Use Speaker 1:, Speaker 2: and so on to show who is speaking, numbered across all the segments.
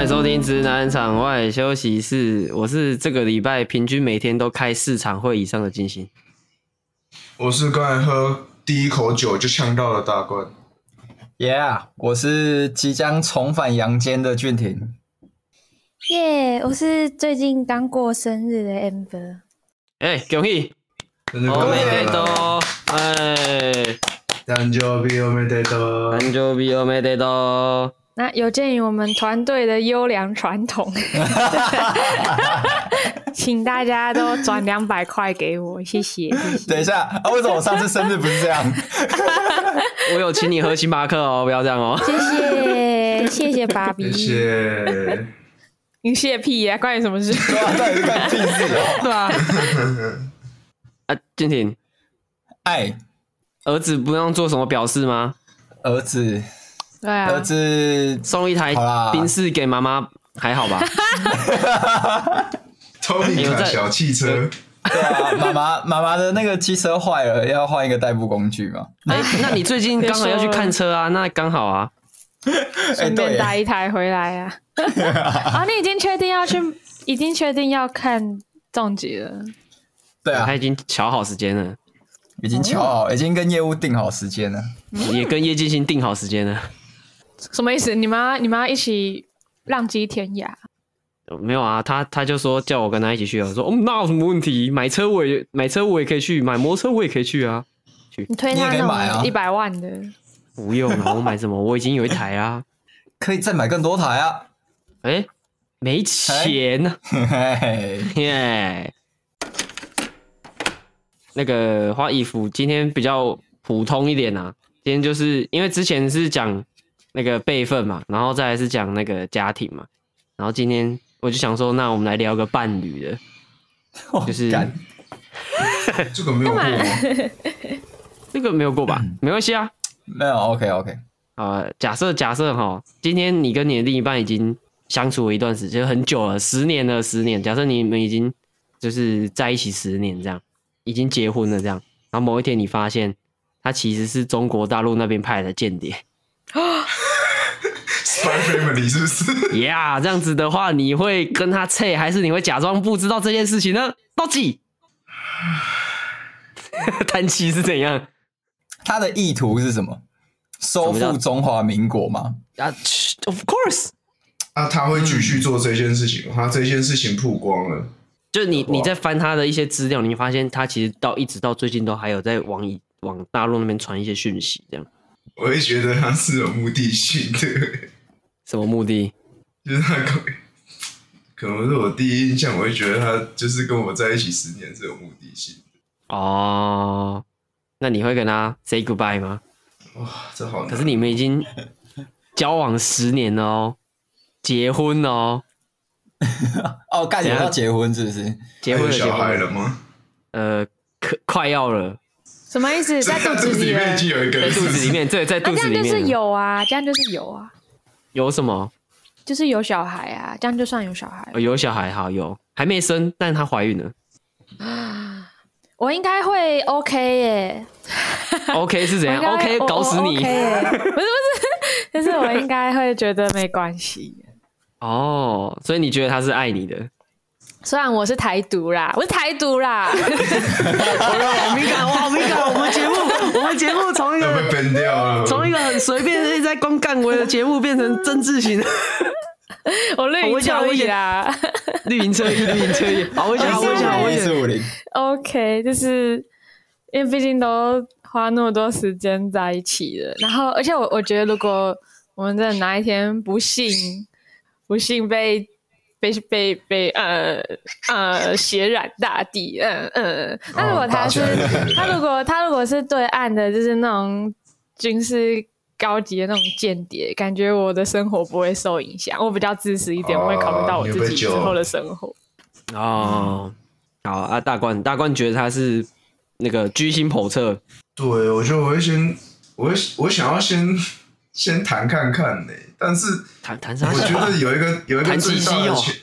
Speaker 1: 迎收听《直男场外休息室》，我是这个礼拜平均每天都开四场会以上的金星。
Speaker 2: 我是刚才喝第一口酒就呛到了大冠。
Speaker 3: Yeah，我是即将重返阳间的俊廷。
Speaker 4: 耶我是最近刚过生日的 Amber。
Speaker 1: 哎、恭喜！
Speaker 2: 真是
Speaker 1: 我
Speaker 2: 快
Speaker 1: 哦没
Speaker 2: 乐
Speaker 1: 得
Speaker 2: 了！
Speaker 1: 到，哎，
Speaker 2: 但就比我没得到。
Speaker 1: 很久比我没得到。
Speaker 4: 那有鉴于我们团队的优良传 统，请大家都转两百块给我，谢谢。谢谢
Speaker 3: 等一下啊，为什么我上次生日不是这样？
Speaker 1: 我有请你喝星巴克哦，不要这样哦。
Speaker 4: 谢谢，谢谢芭比
Speaker 2: 谢。谢。
Speaker 4: 你谢屁呀、关你什么事？
Speaker 3: 对啊，到底是干屁事哦！
Speaker 4: 对 啊吧？
Speaker 1: 啊，俊廷，
Speaker 3: 哎，
Speaker 1: 儿子不用做什么表示吗？
Speaker 3: 儿子，
Speaker 4: 对
Speaker 3: 儿
Speaker 4: 啊，
Speaker 3: 子，
Speaker 1: 送一台
Speaker 3: 好啦
Speaker 1: 宾士给妈妈，还好吧？
Speaker 2: 偷你卡小汽车，
Speaker 3: 对啊，妈妈，妈妈的那个机车坏了，要换一个代步工具嘛。
Speaker 1: 哎、那你最近刚好要去看车啊？那刚好啊。
Speaker 3: 哎，
Speaker 4: 顺便
Speaker 3: 对，
Speaker 4: 带一台回来啊。啊，你已经确定要去，已经确定要看终极了。
Speaker 3: 对啊
Speaker 1: 他，已经瞧好时间了，
Speaker 3: 已经瞧好，已经跟业务定好时间了。
Speaker 1: 也跟叶进兴定好时间了。
Speaker 4: 什么意思？你们要你们要一起浪迹天涯？
Speaker 1: 没有啊，他他就说叫我跟他一起去啊，我说哦，那有什么问题？买车我也买车我也可以去，买摩托车我也可以去啊，
Speaker 4: 你推
Speaker 3: 你也
Speaker 4: 他
Speaker 3: 可以买
Speaker 4: 那
Speaker 3: 啊
Speaker 4: 种一百万的，
Speaker 1: 不用啊，我买什么？我已经有一台啊，
Speaker 3: 可以再买更多台啊！
Speaker 1: 哎、没钱呢、
Speaker 3: 嘿嘿，
Speaker 1: 耶、那个花衣服今天比较普通一点啊，今天就是因为之前是讲那个辈分嘛，然后再来是讲那个家庭嘛，然后今天我就想说，那我们来聊个伴侣的，
Speaker 3: 我
Speaker 1: 就是
Speaker 3: 干
Speaker 2: 这个没有过吗，
Speaker 1: 这个没有过吧？没关系啊，
Speaker 3: 没有 OK OK，
Speaker 1: 呃，假设假设哈，今天你跟你的另一半已经相处了一段时间，很久了，十年了，十年。假设你们已经就是在一起十年这样，已经结婚了这样，然后某一天你发现他其实是中国大陆那边派来的间谍
Speaker 2: Spy Family 是不是？
Speaker 1: 呀这样子的话，你会跟他切，还是你会假装不知道这件事情呢？到底 叹气是怎样
Speaker 3: 他的意图是什么？收
Speaker 1: 什么
Speaker 3: 复
Speaker 1: 叫
Speaker 3: 中华民国吗？
Speaker 1: 啊？Of course，
Speaker 2: 啊，他会继续做这件事情吗，他这件事情曝光了，
Speaker 1: 就是
Speaker 2: 啊
Speaker 1: 你你在翻他的一些资料，你会发现他其实到一直到最近都还有在往以往大陆那边传一些讯息，这样
Speaker 2: 我会觉得他是有目的性的，
Speaker 1: 什么目的？
Speaker 2: 就是他可可能是我第一印象，我会觉得他就是跟我在一起十年是有目的性的。
Speaker 1: 哦，那你会跟他 say goodbye 吗？
Speaker 2: 哇，这好难。
Speaker 1: 可是你们已经交往十年了哦，结婚了哦，
Speaker 3: 哦，干你
Speaker 1: 怎样
Speaker 3: 要结婚是不是？
Speaker 1: 结婚
Speaker 2: 有
Speaker 1: 了，结
Speaker 2: 小孩
Speaker 1: 婚
Speaker 2: 了，吗？
Speaker 1: 呃，可快要了，
Speaker 4: 什么意思？在
Speaker 2: 他
Speaker 4: 肚子
Speaker 2: 里
Speaker 4: 里
Speaker 2: 面已经
Speaker 4: 面
Speaker 2: 有一个
Speaker 1: 在
Speaker 2: 人，
Speaker 1: 肚子里面，对，在
Speaker 4: 啊，
Speaker 1: 肚子
Speaker 4: 这样
Speaker 1: 里
Speaker 4: 就是
Speaker 1: 面了
Speaker 4: 有啊，这样就是有啊，
Speaker 1: 有什 么？
Speaker 4: 就是有小孩啊，这样就算有小孩
Speaker 1: 哦。有小孩好有，还没生，但她怀孕了。
Speaker 4: 我应该会 OK 耶，
Speaker 1: OK 是怎
Speaker 4: 我
Speaker 1: 样
Speaker 4: 应该
Speaker 1: 啊？OK
Speaker 4: 我
Speaker 1: 搞死
Speaker 4: 我
Speaker 1: 你
Speaker 4: OK 耶不是不是，就是我应该会觉得没关系。
Speaker 1: 哦，所以你觉得他是爱你的？
Speaker 4: 虽然我是台独啦，我是台独啦，
Speaker 1: 好敏感，我好敏感！我们节目，我们节目从一
Speaker 2: 要被
Speaker 1: 个
Speaker 2: 崩掉了。
Speaker 1: 从一个很随便的在光干维的节目，变成政治型
Speaker 4: 我绿营教育啦。
Speaker 1: 绿营车衣，绿营车衣，好危险，好危险，好危
Speaker 3: 一
Speaker 1: 险！
Speaker 3: 四五零，
Speaker 4: OK，就是因为毕竟都花那么多时间在一起了，然后而且我我觉得，如果我们真的哪一天不幸不幸被被被被呃呃血染大地，嗯嗯，那
Speaker 2: 哦
Speaker 4: 如果他是、他如果他如果是对岸的，就是那种军事。高级的那种间谍，感觉我的生活不会受影响。我比较自私一点，我会考虑到我
Speaker 2: 哦
Speaker 4: 自己之
Speaker 2: 有被救
Speaker 4: 后的生活。
Speaker 1: 哦，好啊，大冠，大冠觉得他是那个居心叵测，
Speaker 2: 对，我觉得我会先，我会我想要先先谈看看呢、但是
Speaker 1: 谈谈啥
Speaker 2: 我
Speaker 1: 小
Speaker 2: 觉
Speaker 1: 啊？
Speaker 2: 得有一个有一个
Speaker 1: 谈
Speaker 2: 最大
Speaker 1: 鸡
Speaker 2: 的
Speaker 1: 鸡
Speaker 2: 前，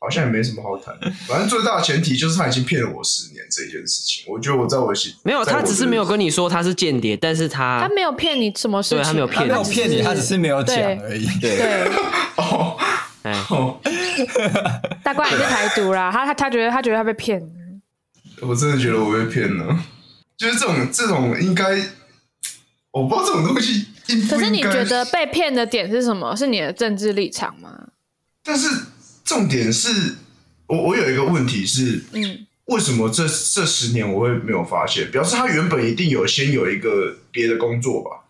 Speaker 2: 好像也没什么好谈。反正最大的前提就是他已经骗了我十年这件事情，我觉得我在我心
Speaker 1: 没有，
Speaker 2: 在我
Speaker 1: 他
Speaker 2: 的
Speaker 1: 只是没有跟你说他是间谍，但是他
Speaker 4: 他没有骗你什么事
Speaker 1: 啊对
Speaker 4: 情，
Speaker 1: 他没有
Speaker 3: 他
Speaker 1: 骗
Speaker 3: 没有
Speaker 1: 你，
Speaker 3: 骗你，他只是没有讲
Speaker 4: 对
Speaker 3: 而已。
Speaker 1: 对
Speaker 4: 对，
Speaker 2: 哦
Speaker 1: 哎，
Speaker 2: 哦，
Speaker 4: 大怪也是台独啦，他他他觉得他觉得他被骗了，
Speaker 2: 我真的觉得我被骗了。就是这种这种应该，我不知道这种东西应不
Speaker 4: 可是
Speaker 2: 应
Speaker 4: 你
Speaker 2: 该
Speaker 4: 觉得被骗的点是什么？是你的政治立场吗？
Speaker 2: 但是重点是我我有一个问题是，
Speaker 4: 嗯，
Speaker 2: 为什么这这十年我会没有发现？表示他原本一定有先有一个别的工作吧？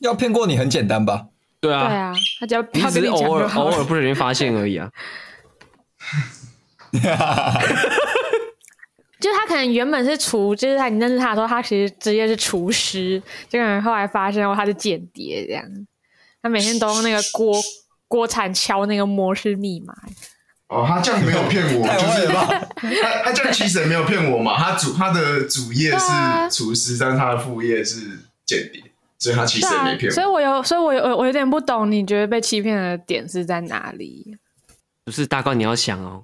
Speaker 3: 要骗过你很简单吧？
Speaker 1: 对
Speaker 4: 对
Speaker 1: 啊，
Speaker 4: 啊，他只要
Speaker 1: 你
Speaker 4: 他
Speaker 1: 只
Speaker 4: 跟
Speaker 1: 是
Speaker 4: 讲
Speaker 1: 偶
Speaker 4: 就
Speaker 1: 尔
Speaker 4: 好
Speaker 1: 偶
Speaker 4: 了
Speaker 1: 尔不小心发现而已啊。
Speaker 4: 就是他可能原本是厨，就是他你认识他的时候，他其实职业是厨师，就可能后来发现哦他是间谍这样，他每天都用那个锅锅铲敲那个摩斯密码，
Speaker 2: 哦，他这样没有骗我，
Speaker 3: 太
Speaker 2: 就
Speaker 3: 会
Speaker 2: 是
Speaker 3: 了吧？
Speaker 2: 他他这样其实也没有骗我嘛。他主他的主业
Speaker 4: 对啊
Speaker 2: 是厨师，但是他的副业是间谍，所以他其
Speaker 4: 对
Speaker 2: 实也
Speaker 4: 啊
Speaker 2: 没，骗
Speaker 4: 所以
Speaker 2: 我。
Speaker 4: 我有，所以我有，我有点不懂，你觉得被欺骗的点是在哪里？
Speaker 1: 不是大怪，你要想哦，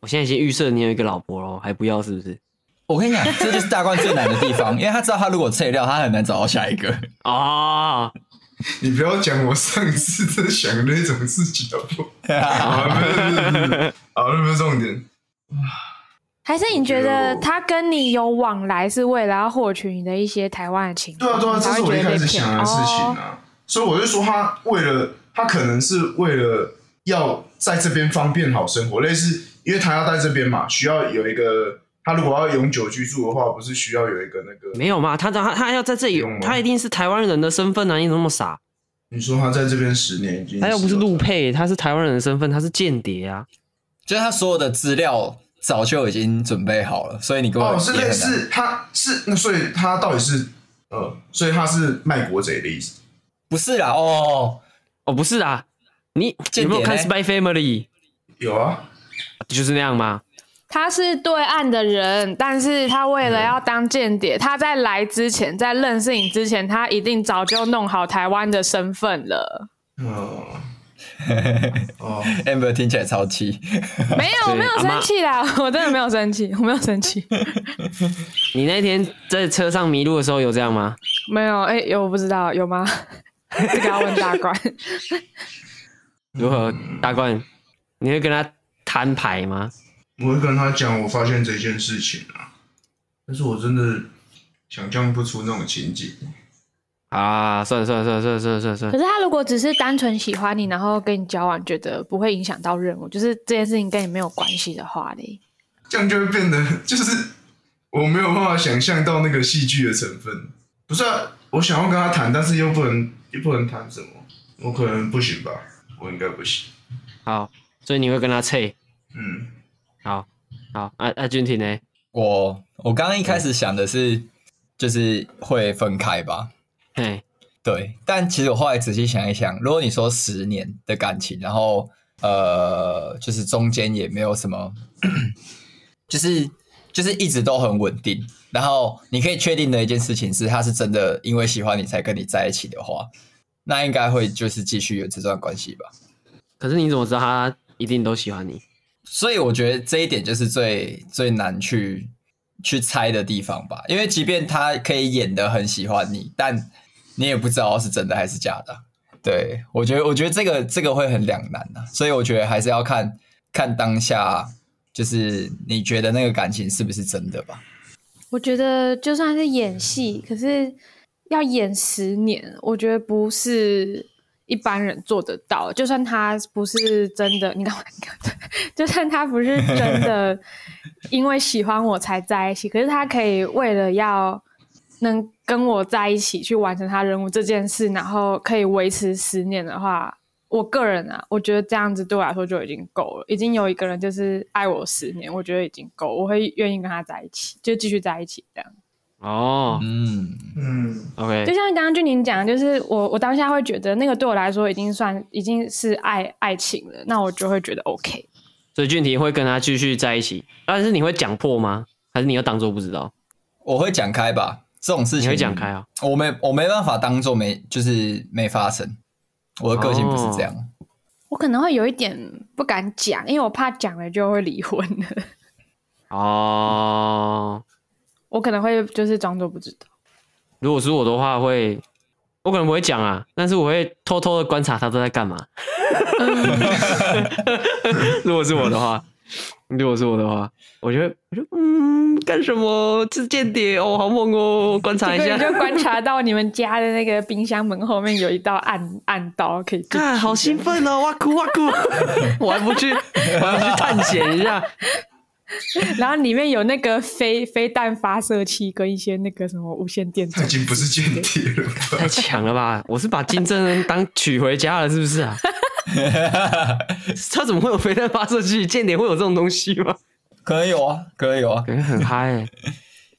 Speaker 1: 我现在已经预设你有一个老婆喽，还不要是不是？
Speaker 3: 我跟你讲，这就是大冠最难的地方，因为他知道他如果撤掉，他很难找到下一个。
Speaker 1: 哦，
Speaker 2: 你不要讲我上次在想那种事情好不 好？好，不是不是不是，好，那不是重点。
Speaker 4: 还是你觉
Speaker 2: 我觉
Speaker 4: 得
Speaker 2: 得我
Speaker 4: 他跟你有往来是为了要获取你的一些台湾的情
Speaker 2: 对
Speaker 4: 报？
Speaker 2: 啊，对啊，
Speaker 4: 你
Speaker 2: 这
Speaker 4: 才
Speaker 2: 是
Speaker 4: 会
Speaker 2: 我一
Speaker 4: 觉
Speaker 2: 开
Speaker 4: 得被
Speaker 2: 始
Speaker 4: 骗
Speaker 2: 想的事情
Speaker 4: 哦
Speaker 2: 啊。所以我就说，他为了他可能是为了要在这边方便好生活，类似因为他要在这边嘛，需要有一个他如果要永久居住的话，不是需要有一个那个？
Speaker 1: 没有嘛，他他他要在这里
Speaker 2: 不用吗，
Speaker 1: 他一定是台湾人的身份啊！你怎么那么傻？
Speaker 2: 你说他在这边十年已经，
Speaker 1: 他又不是陆，配，他是台湾人的身份，他是间谍啊！
Speaker 3: 就是他所有的资料早就已经准备好了，所以你根本
Speaker 2: 哦，是
Speaker 3: 也
Speaker 2: 类
Speaker 3: 很难
Speaker 2: 似他是那，所以他到底是呃，所以他是卖国贼的意思。
Speaker 3: 不是啦哦，
Speaker 1: 哦，不是啊，你
Speaker 3: 间谍
Speaker 1: 有没有看《
Speaker 3: 嘞
Speaker 1: Spy Family》？
Speaker 2: 有啊，
Speaker 1: 就是那样吗？
Speaker 4: 他是对岸的人，但是他为了要当间谍，他在来之前，在认识你之前，他一定早就弄好台湾的身份了。
Speaker 2: 嗯，哦，
Speaker 3: amber 听起来超气，
Speaker 4: 没有，
Speaker 1: 对
Speaker 4: 我没有
Speaker 1: 阿
Speaker 4: 生
Speaker 1: 嬷
Speaker 4: 气啦， 我真的没有生气，我没有生气，
Speaker 1: 你那天在车上迷路的时候有这样吗？
Speaker 4: 没有。哎、有我不知道 有吗？这个要问大官。
Speaker 1: 如何，
Speaker 2: 嗯
Speaker 1: 大冠？你会跟他摊牌吗？
Speaker 2: 我会跟他讲我发现这件事情啊，但是我真的想象不出那种情景。
Speaker 1: 啊，算了算了算了算了算了算了算
Speaker 4: 可
Speaker 1: 了，
Speaker 4: 是他如果只是单纯喜欢你，然后跟你交往，觉得不会影响到任务，就是这件事情跟你没有关系的话嘞，
Speaker 2: 这样就会变得 就是我没有办法想象到那个戏剧的成分。不是啊，我想要跟他谈，但是又不能又不能谈什么，我可能不行吧，我应该不行。
Speaker 1: 好，所以你会跟他脆，
Speaker 2: 嗯，
Speaker 1: 好，好，啊啊，君婷呢？
Speaker 3: 我我刚刚一开始想的是就是会分开吧，
Speaker 1: 哎，
Speaker 3: 对，但其实我后来仔细想一想，如果你说十年的感情，然后呃，就是中间也没有什么，就是就是一直都很稳定，然后你可以确定的一件事情是，他是真的因为喜欢你才跟你在一起的话，那应该会就是继续有这段关系吧。
Speaker 1: 可是你怎么知道他一定都喜欢你？
Speaker 3: 所以我觉得这一点就是最最难去去猜的地方吧，因为即便他可以演的很喜欢你，但你也不知道是真的还是假的。对我觉得，我觉得这个这个会很两难呐、所以我觉得还是要看看当下，就是你觉得那个感情是不是真的吧？
Speaker 4: 我觉得就算是演戏，可是要演十年，我觉得不是一般人做得到。就算他不是真的，你干嘛？你干嘛？就算他不是真的因为喜欢我才在一起，可是他可以为了要能跟我在一起去完成他任务这件事，然后可以维持十年的话。我个人啊，我觉得这样子对我来说就已经够了，已经有一个人就是爱我十年，我觉得已经够，我会愿意跟他在一起，就继续在一起这样。
Speaker 1: 哦
Speaker 3: 嗯，
Speaker 2: 嗯，
Speaker 4: 就
Speaker 1: ，OK，
Speaker 4: 像刚刚俊宁讲的，就是我我当下会觉得那个对我来说已经算已经是爱爱情了，那我就会觉得 OK。
Speaker 1: 所以俊婷会跟他继续在一起，但是你会讲破吗？还是你要当做不知道？
Speaker 3: 我会讲开吧，这种事
Speaker 1: 你
Speaker 3: 情
Speaker 1: 会讲开啊？
Speaker 3: 我没我没办法当做没就是没发生，我的个性不是这样。
Speaker 1: 哦
Speaker 4: 我可能会有一点不敢讲，因为我怕讲了就会离婚了。
Speaker 1: 哦，
Speaker 4: 我可能会就是装作不知道。
Speaker 1: 如果是我的话，会我可能不会讲啊，但是我会偷偷的观察他都在干嘛。 如果是我的话，如果是我的话，我觉得我就嗯，干什么？是间谍哦，好猛哦，观察一
Speaker 4: 结
Speaker 1: 下
Speaker 4: 果你。就观察到你们家的那个冰箱门后面有一道暗暗刀，可以进去
Speaker 1: 看，好兴奋哦！哇酷哇酷， 我还不去，我还不去探险一下。
Speaker 4: 然后里面有那个飞飞弹发射器跟一些那个什么无线电
Speaker 2: 他
Speaker 4: 筒
Speaker 2: 已，经不是间谍了 吧。
Speaker 1: 太强了吧！我是把金正恩当娶回家了，是不 是啊？他怎么会有飞弹发射器？间谍会有这种东西吗？
Speaker 3: 可能有啊，可能有啊。
Speaker 1: 感觉很嗨、欸。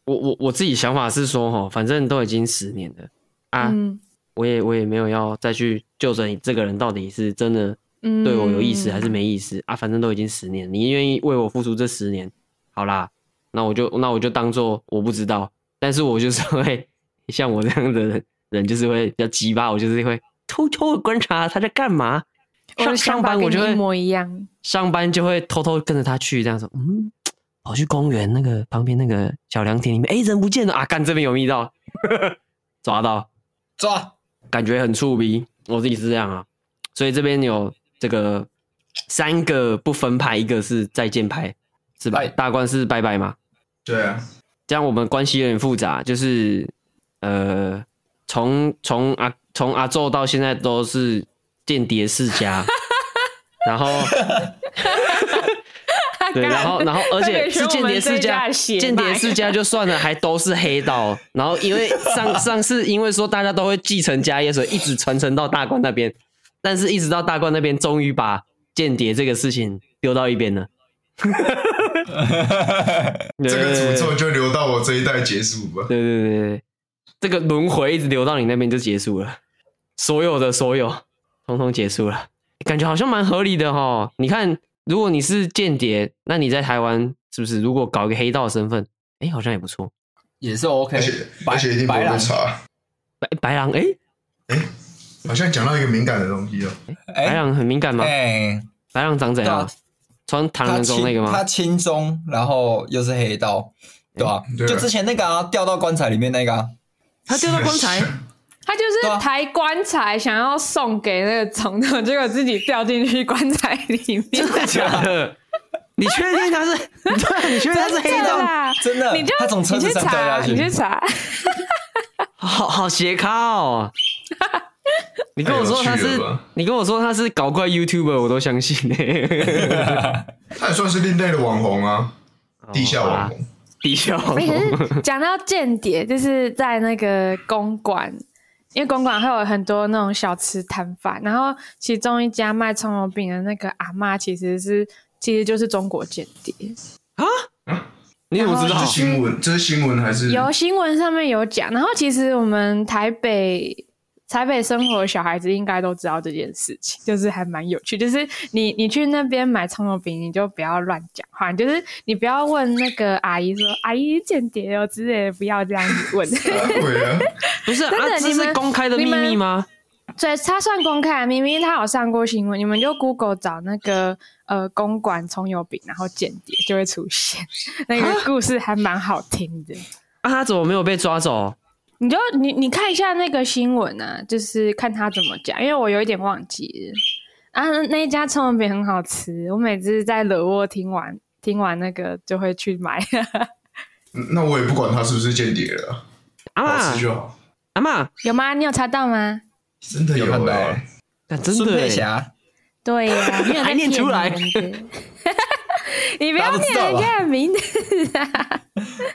Speaker 1: 我我我自己想法是说，哈，反正都已经十年了啊，
Speaker 4: 嗯，
Speaker 1: 我也我也没有要再去就着你这个人到底是真的
Speaker 4: 嗯
Speaker 1: 对我有意思还是没意思啊，反正都已经十年，你愿意为我付出这十年，好啦，那我就那我就当做我不知道，但是我就是会像我这样的人，人就是会比较鸡巴，我就是会偷偷的观察他在干嘛。
Speaker 4: 我
Speaker 1: 上
Speaker 4: 的
Speaker 1: 上
Speaker 4: 想法
Speaker 1: 班
Speaker 4: 跟
Speaker 1: 我就
Speaker 4: 你
Speaker 1: 会
Speaker 4: 一模一样，
Speaker 1: 上班就会偷偷跟着他去，这样子，嗯，跑去公园那个旁边那个小凉亭里面，哎、人不见了啊，干这边有密道， 抓到，
Speaker 3: 抓，
Speaker 1: 感觉很触鼻，我自己是这样啊，所以这边有这个三个不分派，一个是再见派，是吧
Speaker 3: 哎？
Speaker 1: 大关是拜拜嘛，
Speaker 2: 对啊，
Speaker 1: 这样我们关系有点复杂，就是呃，从从阿从阿宙到现在都是间谍世家，然后。 对，然后然后而且是间谍世家，间谍世家就算了，还都是黑道。然后因为上上次因为说大家都会继承家业，所以一直传承到大官那边。但是，一直到大官那边，终于把间谍这个事情丢到一边了。
Speaker 2: 这个诅咒
Speaker 1: 对
Speaker 2: 就留到我这一代结束吧。
Speaker 1: 对对对对，这个轮回一直流到你那边就结束了，所有的所有通通结束了，感觉好像蛮合理的哈。你看，如果你是间谍，那你在台湾是不是？如果搞一个黑道身份，哎、好像也不错。
Speaker 3: 也是 OK，
Speaker 2: 而且
Speaker 3: 呃白
Speaker 2: 而且一定不
Speaker 3: 白
Speaker 2: 会
Speaker 3: 狼
Speaker 2: 被，查。
Speaker 1: 白白狼，哎、
Speaker 2: 好像讲到一个敏感的东西哦，
Speaker 1: 白
Speaker 3: 哎
Speaker 1: 狼很敏感吗？
Speaker 3: 哎，
Speaker 1: 白狼长怎样
Speaker 3: 对啊？
Speaker 1: 穿唐
Speaker 3: 他
Speaker 1: 人中
Speaker 3: 亲
Speaker 1: 那个吗哎
Speaker 3: 他？亲中，然后又是黑道，对吧？
Speaker 2: 对啊
Speaker 3: 就之前那个啊，掉到棺材里面那个啊，
Speaker 1: 他丢到棺 材，
Speaker 4: 他就
Speaker 3: 对啊
Speaker 4: 是抬棺材想要送给那个总统，结果自己掉进去棺材里面
Speaker 1: 真。的 假的？你确定他是？ 对啊，你确定他是黑
Speaker 4: 真的
Speaker 1: 道？
Speaker 4: 啦
Speaker 3: 真的
Speaker 4: 你就
Speaker 3: 他从车
Speaker 4: 你
Speaker 3: 子
Speaker 4: 去
Speaker 3: 上掉下
Speaker 4: 查，
Speaker 3: 去
Speaker 4: 你去查，
Speaker 1: 好好斜咖 哦！你跟我说他
Speaker 2: 太有
Speaker 1: 是
Speaker 2: 趣了吧，
Speaker 1: 你跟我说他是搞怪 YouTuber，我都相信 呢、
Speaker 2: 他也算是另类的网红啊，
Speaker 1: 哦
Speaker 2: 地下网红。
Speaker 1: 地下网
Speaker 4: 哎，
Speaker 1: 红，
Speaker 4: 可是讲到间谍，就是在那个公馆，因为公馆会有很多那种小吃摊贩，然后其中一家卖葱油饼的那个阿嬷，其实是其实就是中国间谍。
Speaker 1: 啊
Speaker 2: 啊
Speaker 1: 你怎么知
Speaker 4: 然
Speaker 1: 道
Speaker 4: 后
Speaker 2: 这是？新闻，这是新闻还是？
Speaker 4: 有新闻上面有讲，然后其实我们台北台北生活的小孩子应该都知道这件事情，就是还蛮有趣。就是你你去那边买葱油饼，你就不要乱讲话，就是你不要问那个阿姨说“阿姨间谍哦”之类的，不要这样子问。
Speaker 2: 对啊，
Speaker 1: 不是啊
Speaker 4: 真的，
Speaker 1: 这
Speaker 4: 你
Speaker 1: 是
Speaker 4: 们
Speaker 1: 公开的秘密吗？
Speaker 4: 对，他算公开，明明他有上过新闻，你们就 Google 找那个呃公馆葱油饼，然后间谍就会出现。那个故事还蛮好听的，
Speaker 1: 啊，他怎么没有被抓走？
Speaker 4: 你就你你看一下那个新闻啊，就是看他怎么讲，因为我有一点忘记了。啊，那一家葱油饼很好吃，我每次在乐沃听完听完那个就会去买。
Speaker 2: 嗯那我也不管他是不是间谍了
Speaker 1: 阿
Speaker 2: 啊，
Speaker 1: 妈
Speaker 2: 好吃，就好。
Speaker 1: 阿啊妈，
Speaker 4: 有吗？你有查到吗？
Speaker 2: 真的
Speaker 3: 有看
Speaker 2: 有
Speaker 3: 到
Speaker 2: 哎，
Speaker 1: 干真
Speaker 3: 孙
Speaker 1: 的
Speaker 3: 佩
Speaker 1: 欸，
Speaker 3: 霞，
Speaker 4: 对呀、你有
Speaker 1: 还
Speaker 4: 在
Speaker 1: 念出来
Speaker 4: 骗人的 你不啊要
Speaker 3: 大家都知道
Speaker 4: 念人
Speaker 3: 吧
Speaker 4: 家的名字。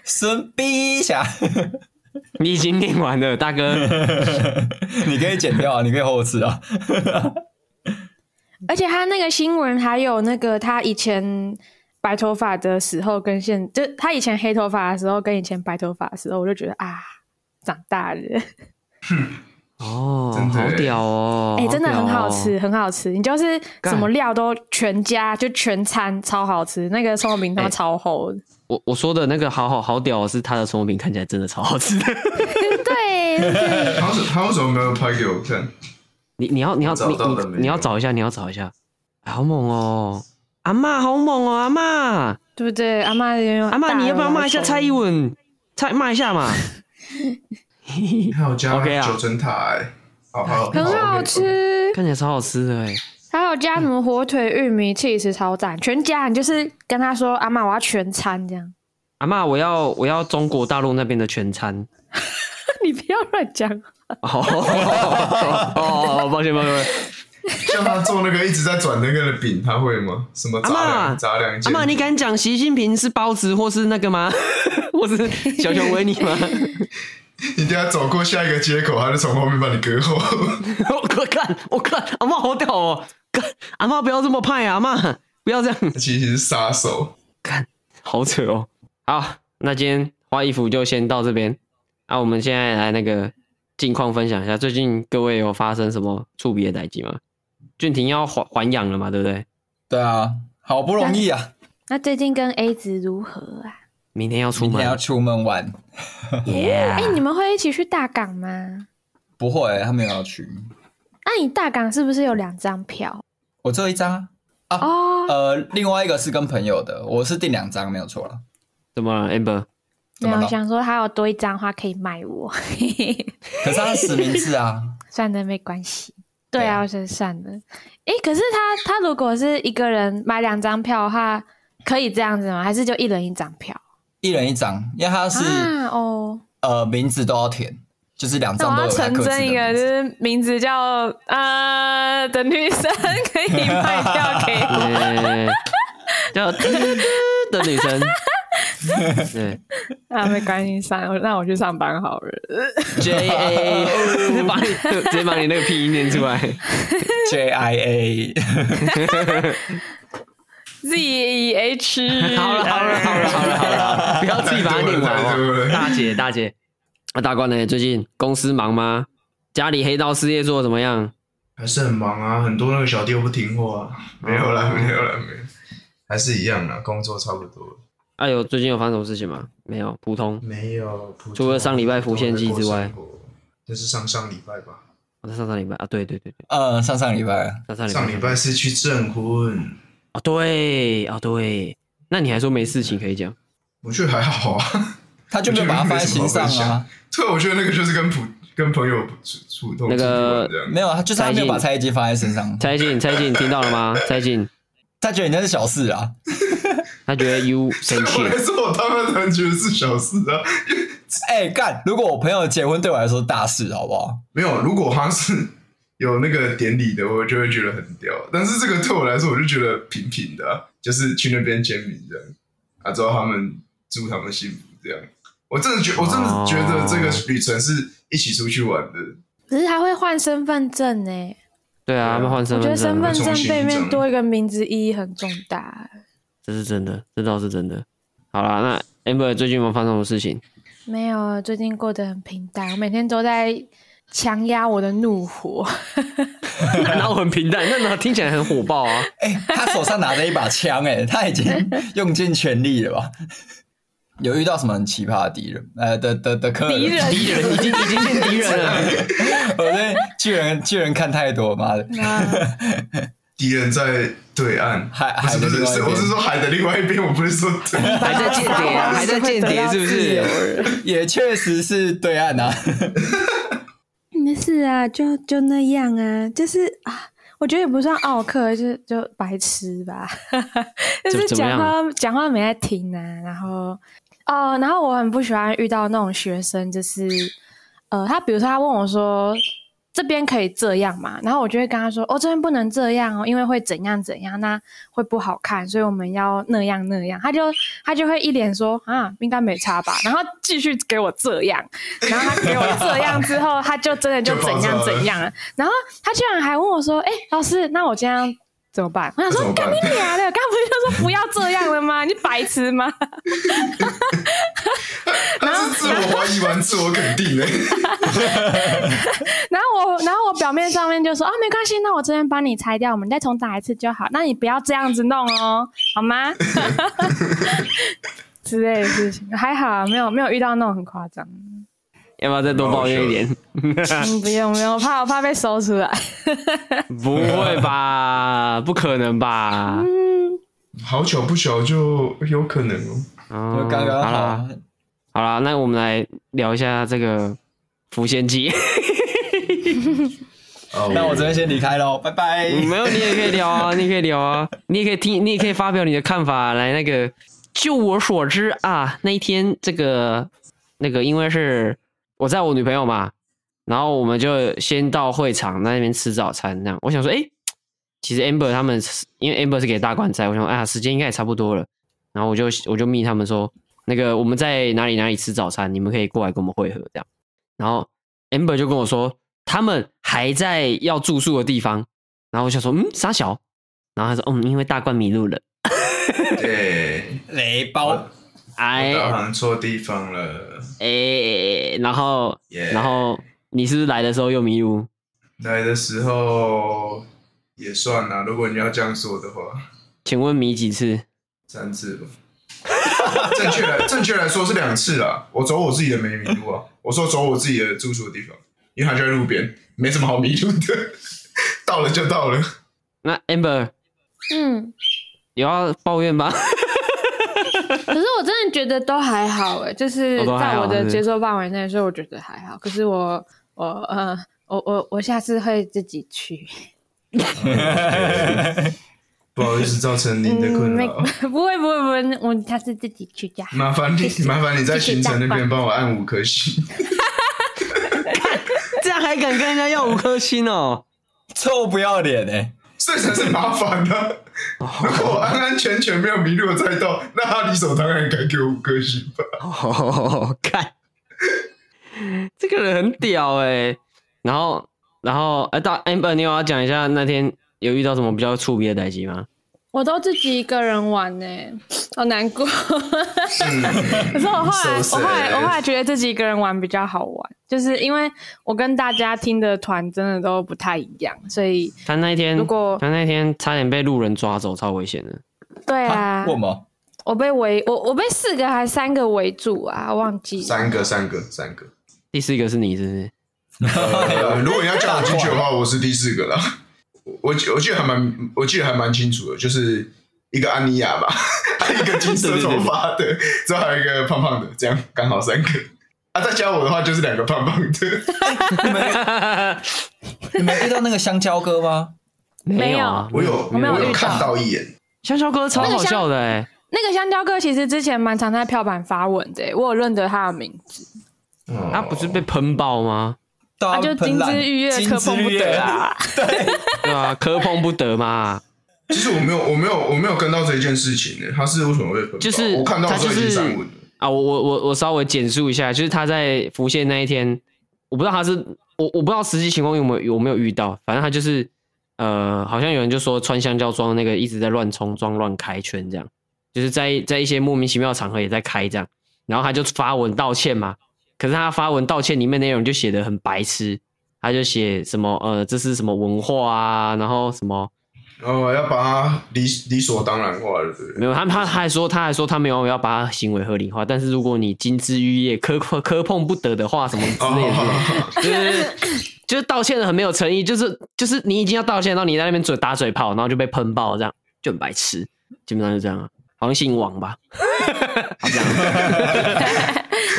Speaker 3: 孙碧霞，
Speaker 1: 你已经念完了，大 哥。
Speaker 3: 你可以剪掉啊，你可以后置啊。
Speaker 4: 而且他那个新闻还有那个他以前白头发的时候跟现，就他以前黑头发的时候跟以前白头发的时候，我就觉得啊，长大了，
Speaker 1: 哦
Speaker 2: 真，的欸
Speaker 1: 好屌哦！
Speaker 4: 哎、真的
Speaker 1: 屌
Speaker 4: 很
Speaker 1: 哦
Speaker 4: 好吃，。很好吃。你就是什么
Speaker 1: 干
Speaker 4: 料都全加，就全餐超好吃，那个葱油饼
Speaker 1: 哎
Speaker 4: 汤超厚的。
Speaker 1: 我我说的那个好好好屌哦，是他的葱油饼看起来真的超好吃的。
Speaker 4: 对对，
Speaker 2: 他为什他为什么没有拍给我 看？
Speaker 1: 你你要你要
Speaker 2: 找
Speaker 1: 你
Speaker 2: 到了没
Speaker 1: 你你要
Speaker 2: 有
Speaker 1: 找一下，你要找一下，哎好猛哦！阿嬷好猛哦！阿嬷，
Speaker 4: 对不对？阿妈，阿
Speaker 1: 阿嬷，你要不要骂一下蔡英？文？蔡骂一下嘛？
Speaker 2: 还有加
Speaker 1: OK 啊
Speaker 2: 九层塔、欸，好好，
Speaker 4: 很好
Speaker 2: OK，OK
Speaker 4: 吃。
Speaker 1: 看起来超好吃的哎、
Speaker 4: 还有加什么火腿、玉米、cheese 超赞，全家你就是跟他说阿妈我要全餐这样，
Speaker 1: 阿妈，我要我要中国大陆那边的全餐。
Speaker 4: 你不要乱讲。
Speaker 1: 哦哦哦，抱歉抱歉，抱歉
Speaker 2: 像他做那个一直在转那个的饼，他会吗？什么
Speaker 1: 阿
Speaker 2: 杂
Speaker 1: 嬷
Speaker 2: 粮杂粮
Speaker 1: 阿
Speaker 2: 煎
Speaker 1: 妈，
Speaker 2: 饼？
Speaker 1: 你敢讲习近平是包子或是那个吗？或是小熊维尼吗？
Speaker 2: 你等下走过下一个街口，他就从后面把你 割喉。
Speaker 1: 我看我看，阿妈好屌哦！干阿妈不要这么派啊，阿妈不要这样，
Speaker 2: 他其实是杀手。
Speaker 1: 好扯哦。好，那今天花衣服就先到这边。啊，我们现在来那个近况分享一下，最近各位有发生什么触鼻的代际吗？俊廷要还还阳了嘛，对不对？
Speaker 3: 对啊，好不容易啊，
Speaker 4: 那最近跟 A 子如何啊？
Speaker 1: 明天要出
Speaker 3: 明天
Speaker 1: 门
Speaker 3: 要出门玩，
Speaker 4: 哎、
Speaker 1: ，Yeah！
Speaker 4: 你们会一起去大港吗？
Speaker 3: 不会，他没有要去，
Speaker 4: 那你大港是不是有两张票？
Speaker 3: 我只有一张啊。啊
Speaker 4: 哦，
Speaker 3: 呃，另外一个是跟朋友的，我是订两张没有错了。
Speaker 1: 怎么了，Amber？
Speaker 3: 怎
Speaker 4: 没
Speaker 3: 么
Speaker 4: 有
Speaker 3: 了
Speaker 4: 想说还有多一张的话可以卖我，
Speaker 3: 可是他是实名制啊，
Speaker 4: 算了，没关系。
Speaker 3: 对
Speaker 4: 对
Speaker 3: 啊
Speaker 4: 啊，我觉得算了。哎、可是他他如果是一个人买两张票的话，可以这样子吗？还是就一人一张票？
Speaker 3: 一人一张，因为他是、
Speaker 4: 啊哦，
Speaker 3: 呃名字都要填，就是两
Speaker 4: 那
Speaker 3: 张
Speaker 4: 我
Speaker 3: 都
Speaker 4: 要
Speaker 3: 有他
Speaker 4: 成
Speaker 3: 各自的
Speaker 4: 真一个，
Speaker 3: 名
Speaker 4: 就
Speaker 3: 字。
Speaker 4: 是名字叫呃的女生， 可以卖票给 我。
Speaker 1: 呃，叫 嘟嘟嘟的女生，对
Speaker 4: 啊，没关系，算了，那我去上班好了。
Speaker 1: J A，把你直接把你那个拼音念出来。
Speaker 3: J I A，
Speaker 4: Z E H，
Speaker 1: 好了好了好了好了好了，不要自己把它念完哦。大姐大姐，那大官呢？最近公司忙吗？家里黑道事业做得怎么样？
Speaker 2: 还是很忙啊，很多那个小弟又不听话、啊，没有啦， 没有啦，没有，还是一样啦，工作差不多，
Speaker 1: 哎呦，最近有发生什么事情吗？没有，普通。
Speaker 2: 没有。普通
Speaker 1: 除了上礼拜浮现记之外，
Speaker 2: 就是上上礼拜吧，
Speaker 1: 我在上上礼拜啊，对对对对，
Speaker 3: 呃，上上礼拜
Speaker 1: 上上礼拜
Speaker 2: 上礼拜是去证婚，
Speaker 1: 哦，对哦对，那你还说没事情可以讲？
Speaker 2: 我觉得还好啊。
Speaker 3: 他就没有把它放在心上
Speaker 2: 我觉得没什么好
Speaker 3: 啊，
Speaker 2: 对，我觉得那个就是跟普跟朋友触触动
Speaker 1: 那个
Speaker 2: 这样
Speaker 3: 没有，啊，就是他没有把
Speaker 1: 蔡
Speaker 3: 蔡依金放在身上，
Speaker 1: 蔡进蔡进，听到了吗？蔡进，
Speaker 3: 他觉得那是小事啊。
Speaker 1: 他觉得 you 生气
Speaker 2: 对我来说，我他们才觉得是小事啊。
Speaker 3: 哎，干，如果我朋友结婚对我来说是大事，好不好？
Speaker 2: 没有，如果他是有那个典礼的，我就会觉得很屌。但是这个对我来说，我就觉得平平的啊、就是去那边签名这样，啊，之后他们祝他们幸福这样。我真的觉，我真的
Speaker 3: 哦
Speaker 2: 觉得这个旅程是一起出去玩的，
Speaker 4: 只是他会换身份证呢。
Speaker 1: 对啊，他们换
Speaker 4: 我
Speaker 1: 身份
Speaker 4: 觉得身
Speaker 1: 证了，
Speaker 4: 份证背面多一个名字意义很重大。
Speaker 1: 这是真的，这倒是真的。好啦，那 Amber 最近有没有发生什么事情？
Speaker 4: 没有，最近过得很平淡，我每天都在强压我的怒火。
Speaker 1: 然后很平淡，那那听起来很火爆 啊。
Speaker 3: 哎、他手上拿着一把枪，哎，他已经用尽全力了吧？有遇到什么很奇葩的敌人？呃，的的的客人？
Speaker 4: 敌人
Speaker 1: 敌人已经 已经变敌人啊了，
Speaker 3: 我对巨人巨人看太多，妈的！
Speaker 4: 那嗯
Speaker 2: 敌人在对岸，
Speaker 3: 海
Speaker 2: 不是
Speaker 3: 海的
Speaker 2: 不是，是我
Speaker 3: 另外一边
Speaker 2: 是说海的另外一边，我不是说 对岸。
Speaker 1: 还在间谍啊，还在间谍是不是？
Speaker 3: 也确实是对岸啊，
Speaker 4: 没事啊，就就那样啊，就是啊，我觉得也不算傲客，就是就白痴吧， 就是
Speaker 1: 怎么
Speaker 4: 讲
Speaker 1: 样
Speaker 4: 话讲话没在听啊，然后哦，然后我很不喜欢遇到那种学生，就是呃，他比如说他问我说这边可以这样嘛，然后我就会跟他说哦，这边不能这样哦，因为会怎样怎样，那会不好看，所以我们要那样那样，他就他就会一脸说啊，应该没差吧，然后继续给我这样，然后他给我这样之后，他就真的就怎样怎样了。然后他居然还问我说：“哎、老师，那我这样怎么办？”我
Speaker 2: 那
Speaker 4: 想
Speaker 2: 怎
Speaker 4: 说
Speaker 2: 么：“
Speaker 4: 干
Speaker 2: 办
Speaker 4: 你娘的！刚不是就说不要这样了吗？你白痴吗？”
Speaker 2: 他是自我怀疑完自我肯定的、欸
Speaker 4: 然后我，然后我表面上面就说：“啊，没关系，那我这边帮你拆掉，我们再重打一次就好。那你不要这样子弄哦，好吗？”之类的事情，还好啊没有没有遇到那种很夸张的。
Speaker 1: 啊要不要再多抱怨一点？
Speaker 4: 嗯，不用不用，我怕我怕被搜出来。
Speaker 1: 不会吧？不可能吧？
Speaker 2: 好巧不巧，就有可能哦。
Speaker 3: 嗯
Speaker 1: 哦
Speaker 3: 就刚刚
Speaker 1: 好
Speaker 3: 好
Speaker 1: 啦，。好啦，那我们来聊一下这个浮仙记。
Speaker 2: 哦
Speaker 3: 那我这边先离开喽，拜拜。
Speaker 1: 没有，你也可以聊啊，你也可以聊啊，你也可以听，你也可以发表你的看法来。那个，就我所知啊，那一天这个那个，因为是我载我女朋友嘛，然后我们就先到会场那边吃早餐，这样。我想说，哎、其实 Amber 他们是因为 Amber 是给大管在，我想说啊，时间应该也差不多了，然后我就我就密他们说，那个我们在哪里哪里吃早餐，你们可以过来跟我们会合这样。然后 Amber 就跟我说，他们还在要住宿的地方。然后我想说，嗯，傻小。然后他说，嗯，因为大冠迷路了。
Speaker 2: 对，
Speaker 3: 雷包，
Speaker 1: 哎
Speaker 2: 导航错地方了。
Speaker 1: 哎，然后
Speaker 2: Yeah
Speaker 1: 然后你是不是来的时候又迷路？
Speaker 2: 来的时候也算啦，如果你要这样说的话，
Speaker 1: 请问迷几次？
Speaker 2: 三次 吧。正确来正确来说是两次啦，我走我自己的没迷路啊，我说走我自己的住宿的地方，因为它就在路边，没什么好迷路的， 到了就到了。
Speaker 1: 那 Amber
Speaker 4: 嗯，
Speaker 1: 有要抱怨吗？
Speaker 4: 可是我真的觉得都还好哎、就是
Speaker 1: 哦都还
Speaker 4: 在
Speaker 1: 好
Speaker 4: 我
Speaker 1: 是
Speaker 4: 的
Speaker 1: 不是
Speaker 4: 接受范围内，所以我觉得还好。可是我我呃我我我下次会自己去，
Speaker 2: 不好意思，造成您的困扰，
Speaker 4: 嗯 不会不会不会，我下次自己去家。
Speaker 2: 麻烦你麻烦你在行程那边帮我按五颗星。
Speaker 1: 这样还敢跟人家要五颗星哦？
Speaker 3: 臭不要脸哎！
Speaker 2: 这才是麻烦呢、如果我安安全全没有迷路的再到，那他理所当然该给我五颗星吧。
Speaker 1: 哦，看，这个人很屌哎、然后，然后，哎、大 Amber，你有要讲一下那天有遇到什么比较触别的代际吗？
Speaker 4: 我都自己一个人玩 呢、好难过。
Speaker 1: 嗯
Speaker 4: 可是我后来，
Speaker 2: So
Speaker 4: 我后来，
Speaker 2: sad
Speaker 4: 我后来觉得自己一个人玩比较好玩，就是因为我跟大家听的团真的都不太一样，所以
Speaker 1: 他那一天，
Speaker 4: 如果
Speaker 1: 他那天差点被路人抓走，超危险的。
Speaker 4: 对
Speaker 3: 啊
Speaker 4: 啊，
Speaker 3: 我吗？
Speaker 4: 我被围，我我被四个还三个围住啊，忘记了
Speaker 2: 三个，三个，三个。
Speaker 1: 第四个是你，是不是？
Speaker 2: 呃，如果你要叫我进去的话，我是第四个啦。我记我记得还蛮，我记得还蛮清楚的，就是一个安妮亚 吧，一个金色头发的，之后还有一个胖胖的，这样刚好三个。啊，再加我的话就是两个胖胖 的。
Speaker 3: 你们你们遇到那个香蕉哥吗？
Speaker 4: 没有
Speaker 1: 啊，
Speaker 2: 我有，
Speaker 4: 我没有遇
Speaker 2: 有
Speaker 4: 到
Speaker 2: 看到一眼，
Speaker 1: 香蕉哥超好笑的哎、
Speaker 4: 那个香蕉哥其实之前蛮常在票板发文的、我有认得他的名字，
Speaker 1: 他
Speaker 2: 他
Speaker 1: 嗯啊不是被喷爆 吗？
Speaker 3: 他
Speaker 4: 啊就金枝玉叶可碰不得啊！
Speaker 1: 对啊，磕碰不得嘛，
Speaker 2: 其实我没有，我没有，我没有跟到这一件事情呢。他是为什么会分包？
Speaker 1: 就是
Speaker 2: 我看到
Speaker 1: 他
Speaker 2: 的时
Speaker 1: 就
Speaker 2: 候已经
Speaker 1: 是
Speaker 2: 闪文了。
Speaker 1: 啊，我我我我稍微简述一下，就是他在浮现那一天，我不知道他是我我不知道实际情况有没有有没有遇到，反正他就是呃，好像有人就说穿香蕉装那个一直在乱冲撞乱开圈这样，就是在在一些莫名其妙的场合也在开这样，然后他就发文道歉嘛，可是他发文道歉里面内容就写的很白痴，他就写什么呃这是什么文化啊，然后什么。
Speaker 2: 哦，要把它理理所当然化了，对不对？
Speaker 1: 没有，他他他还说，他还说他没有要把他行为合理化，但是如果你金枝玉叶磕磕磕碰不得的话，什么之类的，
Speaker 2: 哦，
Speaker 1: 就是就是道歉的很没有诚意，就是就是你已经要道歉，然后你在那边嘴打嘴炮，然后就被喷爆，这样就很白痴，基本上就这样啊，好像姓王吧，好这样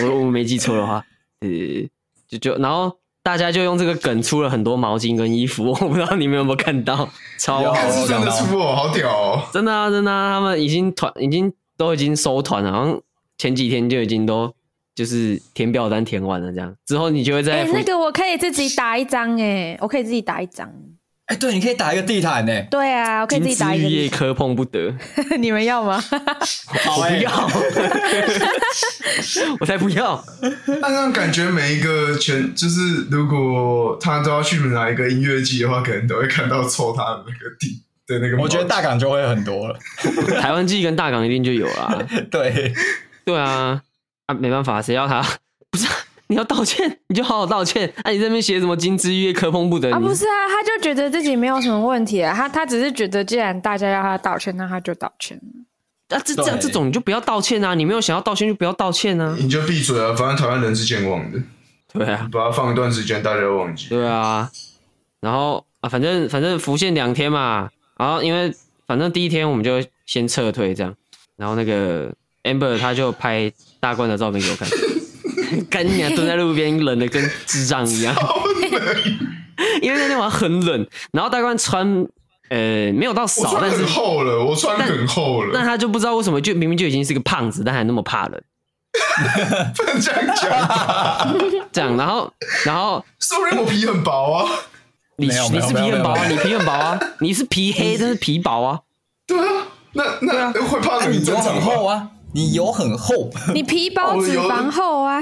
Speaker 1: 我我没记错的话，呃，就就然后大家就用这个梗出了很多毛巾跟衣服，我不知道你们有没有看到，超
Speaker 3: 有
Speaker 1: 好
Speaker 2: 看
Speaker 1: 笑
Speaker 2: 是真的出哦，好屌 哦！
Speaker 1: 真的啊，真的啊，他们已经团已经都已经收团了，好像前几天就已经都就是填表单填完了，这样之后你就会在
Speaker 4: 哎、
Speaker 1: 福、
Speaker 4: 那个我可以自己打一张哎、我可以自己打一张，
Speaker 3: 哎，对，你可以打一个地毯欸呢。
Speaker 4: 对啊，我可以
Speaker 1: 金
Speaker 4: 自己打
Speaker 1: 枝玉
Speaker 4: 一
Speaker 1: 叶磕碰不得，
Speaker 4: 张， 你们要吗？
Speaker 3: 好
Speaker 1: 我不
Speaker 3: 哎
Speaker 1: 要，我才不要，
Speaker 2: 那让感觉每一个全就是，如果他都要去哪一个音乐季的话，可能都会看到抽他的那个地的那个毛巾。
Speaker 3: 我觉得大港就会很多了。
Speaker 1: 台湾记跟大港一定就有啦，
Speaker 3: 对，
Speaker 1: 对啊，啊没办法，谁要他？不是啊你要道歉，你就好好道歉，啊你这边写什么金枝玉叶磕碰不得，
Speaker 4: 啊，
Speaker 1: 你
Speaker 4: 不是啊，他就觉得自己没有什么问题啊，他他只是觉得既然大家要他道歉，那他就道 歉。
Speaker 1: 啊这这样
Speaker 3: 对
Speaker 1: 这种你就不要道歉啊，你没有想要道歉就不要道歉啊，
Speaker 2: 你就闭嘴啊，反正台湾人是健忘的，
Speaker 1: 对啊。
Speaker 2: 把它放一段时间，大家都忘记。
Speaker 1: 对啊，然后啊，反正反正浮现两天嘛，然后因为反正第一天我们就先撤退这样，然后那个 Amber 他就拍大冠的照片给我看， 干你啊娘！蹲在路边冷的跟智障一样， 因为那天晚上很冷，然后大官穿呃没有到
Speaker 2: 我
Speaker 1: 少，
Speaker 2: 穿
Speaker 1: 但是
Speaker 2: 很厚了，我穿很厚
Speaker 1: 但
Speaker 2: 了，
Speaker 1: 他就不知道为什么就明明就已经是个胖子，但还那么怕冷，
Speaker 2: 不能这样讲吧，
Speaker 1: 这样，然后然后
Speaker 2: 说不定我皮很薄啊。
Speaker 1: 你
Speaker 3: 没有没
Speaker 1: 你
Speaker 3: 有
Speaker 1: 是
Speaker 3: 没有
Speaker 1: 皮很薄啊，
Speaker 3: 没有
Speaker 1: 你皮很薄啊，你是皮黑，但是皮薄啊，
Speaker 2: 对啊，那那会怕
Speaker 3: 啊，
Speaker 2: 冷
Speaker 3: 你油
Speaker 2: 正常
Speaker 3: 很厚
Speaker 2: 吧？
Speaker 3: 啊，你油很厚，
Speaker 4: 你皮包脂肪厚啊，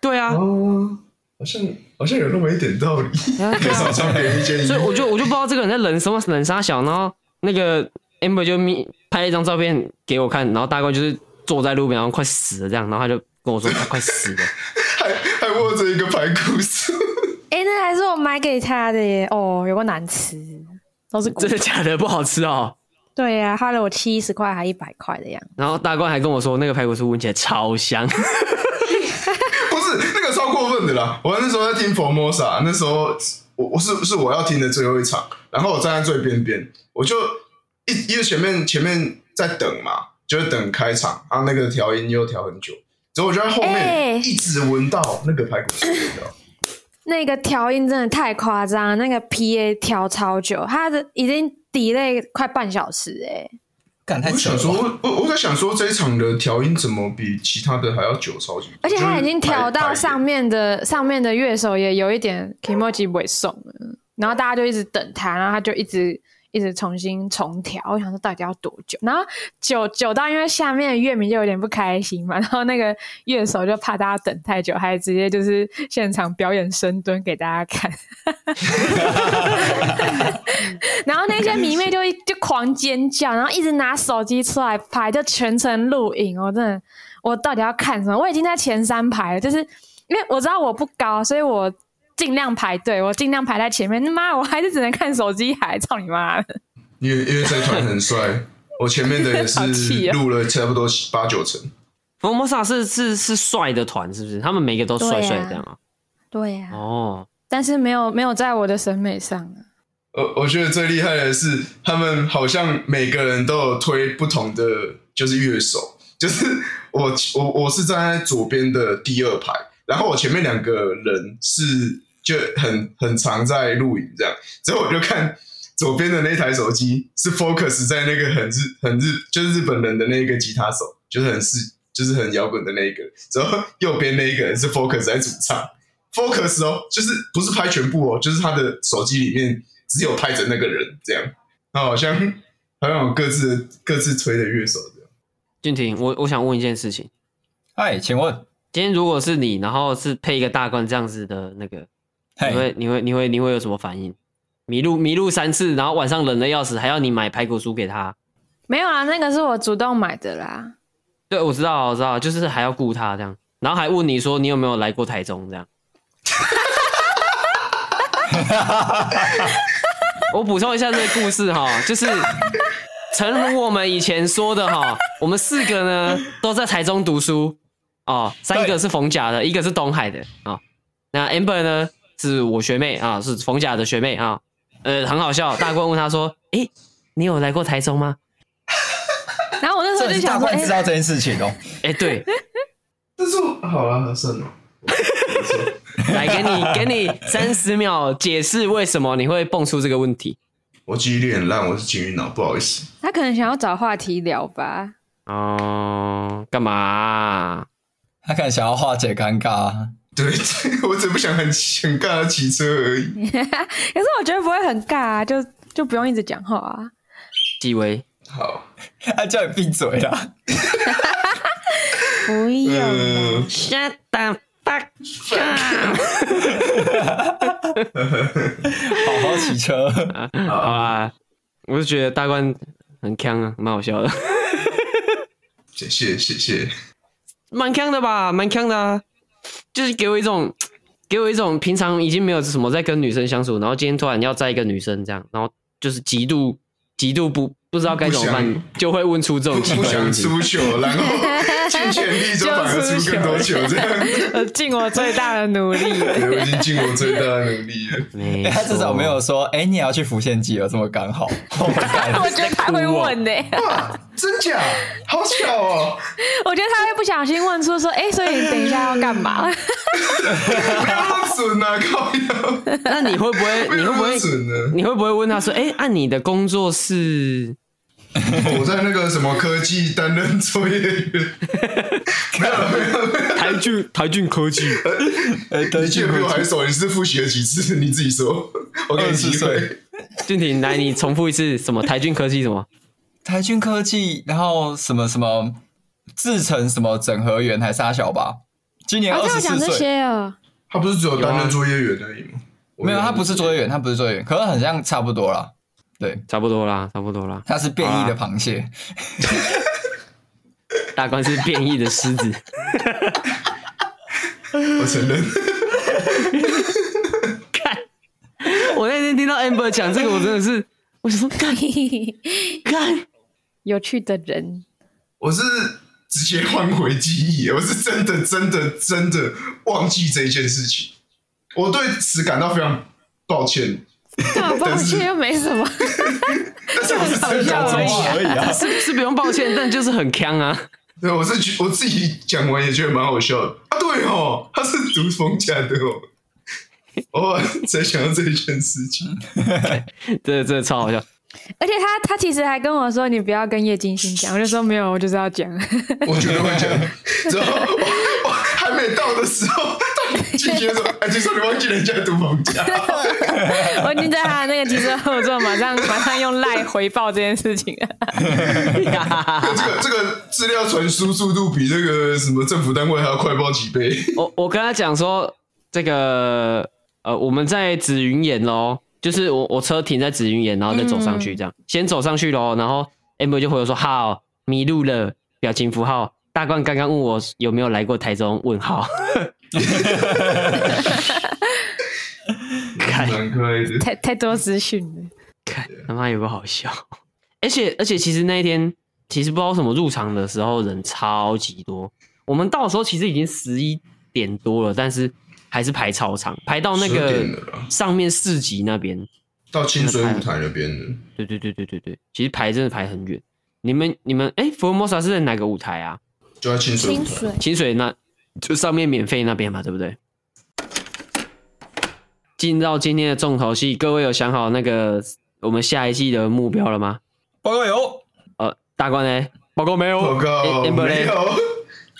Speaker 1: 对啊，
Speaker 2: 哦，好像好像有那么一点道理。没少穿别人一件衣
Speaker 1: 所以
Speaker 2: 服，
Speaker 1: 我就我就不知道这个人在冷什么冷杀小，然后那个 Amber 就咪拍了一张照片给我看，然后大官就是坐在路边，然后快死了这样，然后他就跟我说他快死了，
Speaker 2: 还还握着一个排骨酥，
Speaker 4: 哎、那还是我买给他的耶。哦，有个难吃，都是骨
Speaker 1: 真。的假的不好吃哦。
Speaker 4: 对呀、花了我七十块还一百块的样子。
Speaker 1: 然后大官还跟我说那个排骨酥闻起来超香，
Speaker 2: 不是那个超过分的啦。我那时候在听 Formosa，那时候我我是是我要听的最后一场，然后我站在最边边，我就一因为前面前面在等嘛，就是等开场，然后那个调音又调很久，之后我就在后
Speaker 4: 哎
Speaker 2: 面一直闻到那个排骨酥的味道。
Speaker 4: 那个调音真的太夸张了，那个 PA 调超久，他的已经 delay 快半小时哎、
Speaker 3: 干太
Speaker 2: 我
Speaker 3: 扯
Speaker 2: 想
Speaker 3: 了
Speaker 2: 说，
Speaker 3: 吧。
Speaker 2: 我我我在想说，这一场的调音怎么比其他的还要久超级？
Speaker 4: 而且他已经调
Speaker 2: 就是
Speaker 4: 到
Speaker 2: 排
Speaker 4: 上面的上面的乐手也有一点 k i m o j i 尾送了，然后大家就一直等他，然后他就一直一直重新重调。我想说到底要多久？然后久久到因为下面的乐迷就有点不开心嘛，然后那个乐手就怕大家等太久，还直接就是现场表演深蹲给大家看。 然后那些迷妹就一就狂尖叫，然后一直拿手机出来拍，就全程录影。我真的，我到底要看什么？我已经在前三排了，就是因为我知道我不高，所以我尽量排队，我尽量排在前面。他妈，我还是只能看手机海，操你妈的！
Speaker 2: 因为因为这一团很帅，我前面的也
Speaker 4: 好气
Speaker 2: 是
Speaker 4: 哦
Speaker 2: 录了差不多八九成。
Speaker 1: 佛摩萨是是是帅的团是不是？他们每个都帅帅的这样啊？
Speaker 4: 对呀、
Speaker 1: 哦，
Speaker 4: 但是没有没有在我的审美上啊。
Speaker 2: 我我觉得最厉害的是，他们好像每个人都有推不同的，就是乐手。就是我我我是站在左边的第二排，然后我前面两个人是就很很常在录影这样，之后我就看左边的那台手机是 focus 在那个很日很日就是日本人的那个吉他手，就是很是就是很摇滚的那一个，然后右边那一个人是 focus 在主唱。focus 哦，就是不是拍全部哦，就是他的手机里面只有拍着那个人这样。那好像好像有各自的各自推的乐手这样。
Speaker 1: 俊廷，我我想问一件事情，
Speaker 3: 嗨，哎请问，
Speaker 1: 今天如果是你，然后是配一个大官这样子的那个，你
Speaker 3: 嘿，
Speaker 1: 会你会你会你会有什么反应？迷路迷路三次，然后晚上冷的要死，还要你买排骨酥给他。
Speaker 4: 没有啊，那个是我主动买的啦。
Speaker 1: 对，我知道，我知道，就是还要雇他这样，然后还问你说你有没有来过台中这样。我补充一下这个故事哈，就是诚如我们以前说的哈，我们四个呢都在台中读书哦，三个
Speaker 3: 对
Speaker 1: 是冯甲的，一个是东海的啊、哦那 Amber 呢是我学妹啊、是冯甲的学妹啊、呃，很好笑。大官问他说：“诶、你有来过台中吗
Speaker 4: 然后我那时
Speaker 3: 这
Speaker 4: 候
Speaker 3: 里
Speaker 4: 就是
Speaker 3: 大
Speaker 4: 想说，
Speaker 3: 冠
Speaker 4: 哎、
Speaker 3: 知道这件事情哦。？”
Speaker 1: 诶、对，
Speaker 2: 但是我好了，算了。
Speaker 1: 来给你给你三十秒解释为什么你会蹦出这个问题
Speaker 2: 我记忆力很烂，我是金鱼脑，不好意思。
Speaker 4: 他可能想要找话题聊吧。
Speaker 1: 哦，干嘛、
Speaker 3: 他可能想要化解尴尬啊，
Speaker 2: 对， 我只不想很很尬的骑车而已。
Speaker 4: 可是我觉得不会很尬啊，就就不用一直讲话啊。
Speaker 1: 纪薇，
Speaker 2: 好，
Speaker 3: 他叫你闭嘴啊啦。
Speaker 4: 不用啦。
Speaker 2: 嗯，
Speaker 1: Shut the fuck up！
Speaker 3: 好好骑车。
Speaker 1: 好啊，我就觉得大官很强啊，蛮好笑的，
Speaker 2: 谢谢谢谢。
Speaker 1: 蛮强的吧，蛮强的、啊，就是给我一种。给我一种平常已经没有什么在跟女生相处，然后今天突然要在一个女生这样，然后就是极度极度不不知道该怎么
Speaker 2: 不
Speaker 1: 办
Speaker 2: 想，
Speaker 1: 就会问出这
Speaker 2: 不
Speaker 1: 种奇
Speaker 2: 不
Speaker 1: 怪的问题。
Speaker 2: 想出糗，然后 尽全力就反而出更多糗，这样。
Speaker 5: 呃，尽我最大的努力。
Speaker 2: 对我已经尽我最大的努力了。
Speaker 1: 没
Speaker 3: 欸 他至少
Speaker 1: 错
Speaker 3: 没有说，哎、你也要去浮现记了，这么刚好。我不敢
Speaker 5: 我觉得他会问呢、
Speaker 2: 哇，真假？好巧哦！
Speaker 4: 欸 我觉得他会不小心问出说，哎、所以你等一下要干嘛？
Speaker 2: 不要那么准啊，靠腰！
Speaker 1: 那你会不
Speaker 2: 不
Speaker 1: 会？你会
Speaker 2: 要那
Speaker 1: 不
Speaker 2: 么
Speaker 1: 会？
Speaker 2: 准呢？
Speaker 1: 你会不会问他说：“哎、按、你的工作是
Speaker 2: 我在那个什么科技担任作业 员，没有了没有了，
Speaker 1: 台 俊台俊科技
Speaker 3: 呃，
Speaker 2: 你
Speaker 3: 德
Speaker 2: 记得
Speaker 3: 俊
Speaker 2: 比我还
Speaker 3: 会
Speaker 2: 熟，你是复习了几次？你自己说， 我给你机
Speaker 3: 二十
Speaker 2: 会
Speaker 3: 岁。”
Speaker 1: 俊廷，来你重复一次什么台俊科技什么？
Speaker 3: 台军科技，然后什么什么制成什么整合员还沙小吧，今年
Speaker 4: 啊，
Speaker 3: 二
Speaker 4: 他
Speaker 3: 十
Speaker 4: 要
Speaker 3: 四
Speaker 4: 讲这
Speaker 3: 岁，
Speaker 4: 些 啊，
Speaker 2: 他不是只有担任作业员而已吗？
Speaker 3: 没有他不是作业员，他不是作业员，可是很像差不多啦。对，
Speaker 1: 差不多啦，差不多啦。
Speaker 3: 他是变异的螃蟹，
Speaker 1: 大关是变异的狮子，
Speaker 2: 我承认，
Speaker 1: 我那天听到 Amber 讲这个，我真的是，我想说干干，
Speaker 4: 有趣的人，
Speaker 2: 我是直接换回记忆，我是真的真的真的忘记这一件事情，我对此感到非常抱歉，
Speaker 4: 干嘛抱歉又没什么，
Speaker 2: 但是我是真的
Speaker 4: 搞
Speaker 2: 中
Speaker 4: 笑而已
Speaker 2: 华而已啊。
Speaker 1: 是是不用抱歉，但就是很坑啊。
Speaker 2: 对，我是觉我自己讲完也觉得蛮好笑的啊。对哦，他是读风家的哦。我才想到这一件事情，
Speaker 1: 这这超好笑，
Speaker 4: 而且他他其实还跟我说，你不要跟叶金星讲，我就说没有，我就是要讲。
Speaker 2: 我觉得会讲。然后我我还没到的时候，进去说：“哎，就说你忘记人家读风家。”
Speaker 4: 我已经在他的那个机车后座，马上马上用赖回报这件事情了。
Speaker 2: 这个这个资料传输速度比那个什么政府单位还要快报几倍。
Speaker 1: 我我跟他讲说，这个呃，我们在紫云岩喽，就是我我车停在紫云岩，然后再走上去，这样、先走上去喽。然后 Amber 就回我说：“好，迷路了。”表情符号。大冠刚刚问我有没有来过台中？问号。 看
Speaker 2: 蛮快的，
Speaker 4: 太太多资讯了，
Speaker 1: 看他妈有个好笑，而且而且其实那一天其实不知道为什么入场的时候人超级多，我们到的时候其实已经十一点多了，但是还是排超长，排到那
Speaker 2: 12
Speaker 1: 个
Speaker 2: 点了啦
Speaker 1: 上面市集那边。
Speaker 2: 到清水舞台那边的，
Speaker 1: 对对对对对对，其实排真的排很远。你们你们哎，福尔摩沙是在哪个舞台啊？
Speaker 2: 就在清水舞台。
Speaker 1: 清水那就上面免费那边嘛，对不对？进到今天的重头戏，各位有想好那个我们下一季的目标了吗？
Speaker 3: 报告有，
Speaker 1: 呃，大关呢？报告没有？
Speaker 2: 报告
Speaker 1: A- Amber
Speaker 2: 没
Speaker 1: 哎嘞？
Speaker 2: 有，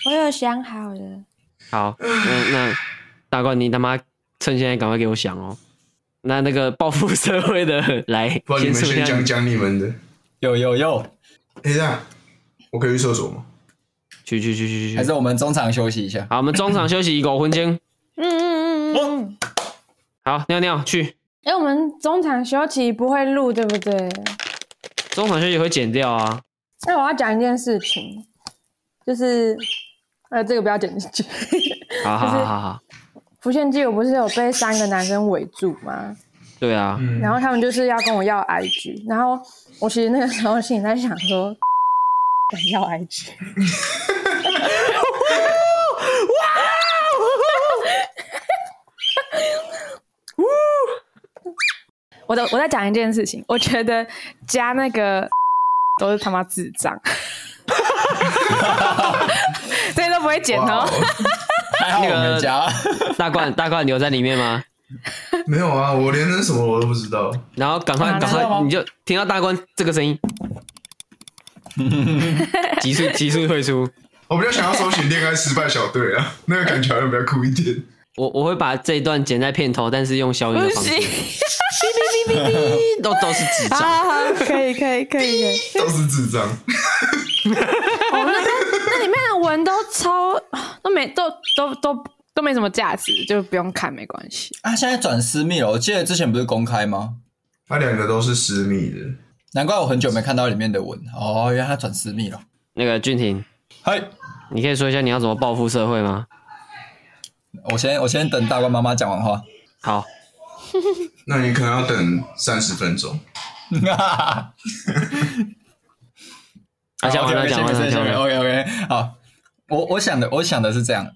Speaker 4: 我有想好了，
Speaker 1: 好，那那大关，你他妈趁现在赶快给我想哦。那那个报复社会的来
Speaker 2: 不，然
Speaker 1: 先
Speaker 2: 你们
Speaker 1: 说一下
Speaker 2: 先讲讲你们的。
Speaker 3: 有有有，
Speaker 2: 哎呀，我可以去厕所吗？
Speaker 1: 去去去去去
Speaker 3: 还
Speaker 1: 去。
Speaker 3: 是我们中场休息一下。
Speaker 1: 好，我们中场休息，狗魂精。
Speaker 4: 嗯嗯嗯嗯嗯。
Speaker 1: 好，尿尿去。
Speaker 4: 哎、我们中场休息不会录，对不对？
Speaker 1: 中场休息会剪掉啊。
Speaker 4: 那我要讲一件事情，就是呃，这个不要剪进去。
Speaker 1: 好好好好好。
Speaker 4: 浮现记我不是有被三个男生围住吗？
Speaker 1: 对啊，
Speaker 2: 嗯
Speaker 4: 然后他们就是要跟我要 IG，然后我其实那个时候心里在想说，敢要 IG。我在我在讲一件事情，我觉得加那个都是他妈智障， 这些都不会剪
Speaker 2: 哇
Speaker 4: 哦。
Speaker 2: 哦
Speaker 3: 还好我没加，
Speaker 1: 大罐大罐留在里面吗？
Speaker 2: 没有啊，我连那什么我都不知道。
Speaker 1: 然后赶快
Speaker 4: 啊
Speaker 1: 赶
Speaker 4: 知
Speaker 3: 道吗
Speaker 1: 快，你就听到大罐这个声 音，急速急速退出。
Speaker 2: 我比较想要搜寻恋爱失败小队 啊，那个感觉好像比较酷一点。
Speaker 1: 我我会把这一段剪在片头，但是用消音的方式，哔哔哔哔哔，都都是智
Speaker 4: 好
Speaker 1: 障。
Speaker 4: 好好，可以可以可以可以。
Speaker 2: 都是智障，
Speaker 4: 哦那 里面的文都超都没都都都都没什么价值，就不用看没关系。
Speaker 3: 啊，现在转私密了，我记得之前不是公开吗？
Speaker 2: 他两个都是私密的。
Speaker 3: 难怪我很久没看到里面的文哦，原来他转私密了。
Speaker 1: 那个俊廷，
Speaker 3: 嗨，
Speaker 1: 你可以说一下你要怎么报复社会吗？
Speaker 3: 我先我先等大官妈妈讲完话。
Speaker 1: 好，
Speaker 2: 那你可能要等三十分钟。
Speaker 1: 啊，讲完了，
Speaker 3: OK，OK，
Speaker 1: 讲完了，讲完了。
Speaker 3: OK OK，好，我我想的我想的是这样，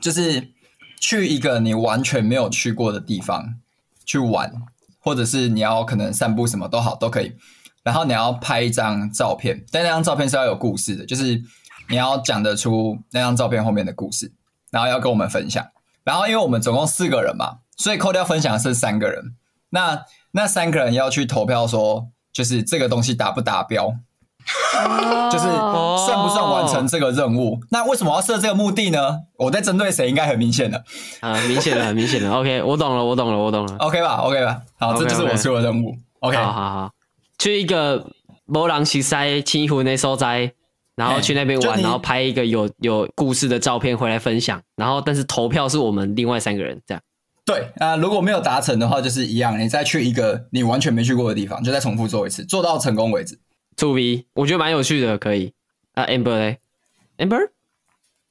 Speaker 3: 就是去一个你完全没有去过的地方去玩，或者是你要可能散步什么都好都可以，然后你要拍一张照片，但那张照片是要有故事的，就是你要讲得出那张照片后面的故事，然后要跟我们分享。然后因为我们总共四个人嘛，所以扣掉分享的是三个人。那那三个人要去投票说，就是这个东西达不达标，哦就是算不算完
Speaker 1: 哦
Speaker 3: 成这个任务？那为什么要设这个目的呢？我在针对谁，应该很明显的
Speaker 1: 啊，明显了，很明显了。OK，我懂了，我懂了，我懂了。
Speaker 3: ，OK 吧？OK 吧？好，这
Speaker 1: OK，
Speaker 3: 就是我
Speaker 1: OK
Speaker 3: 出的任务。OK，
Speaker 1: 好好好，去一个波浪西塞青湖那所在，然后
Speaker 3: 嘿
Speaker 1: 去那边
Speaker 3: 哎就
Speaker 1: 玩，
Speaker 3: 你
Speaker 1: 然后拍一个有有故事的照片回来分享，然后但是投票是我们另外三个人这样。
Speaker 3: 对，那、如果没有达成的话，就是一样，你再去一个你完全没去过的地方，就再重复做一次，做到成功为止。
Speaker 1: To B，我觉得蛮有趣的，可以啊。Amber 嘞，Amber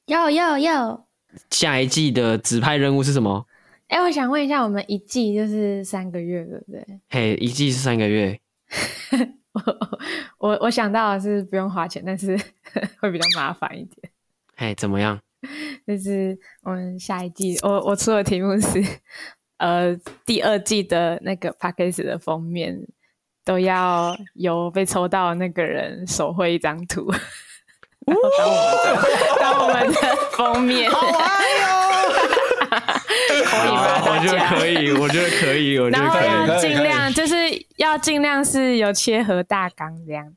Speaker 4: 要要要！
Speaker 1: 下一季的指派任务是什么？
Speaker 4: 哎、我想问一下，我们一季就是三个月，对不对？
Speaker 1: 嘿，一季是三个月，
Speaker 4: 我我想到的是不用花钱，但是 会比较麻烦一点。
Speaker 1: 嘿，怎么样？
Speaker 4: 就是我们下一季，我我出的题目是，呃，第二季的那个 p a c k a g e 的封面都要由被抽到的那个人手绘一张图，然后当我们的当我们的封面，
Speaker 1: 可
Speaker 4: 以吧
Speaker 1: 啊我觉得
Speaker 4: 大家
Speaker 1: 可以，我觉得可以，我觉
Speaker 4: 然
Speaker 1: 得
Speaker 4: 后
Speaker 1: 可以。
Speaker 4: 要
Speaker 3: 可以可以
Speaker 4: 尽量就是要尽量是有切合大纲这样。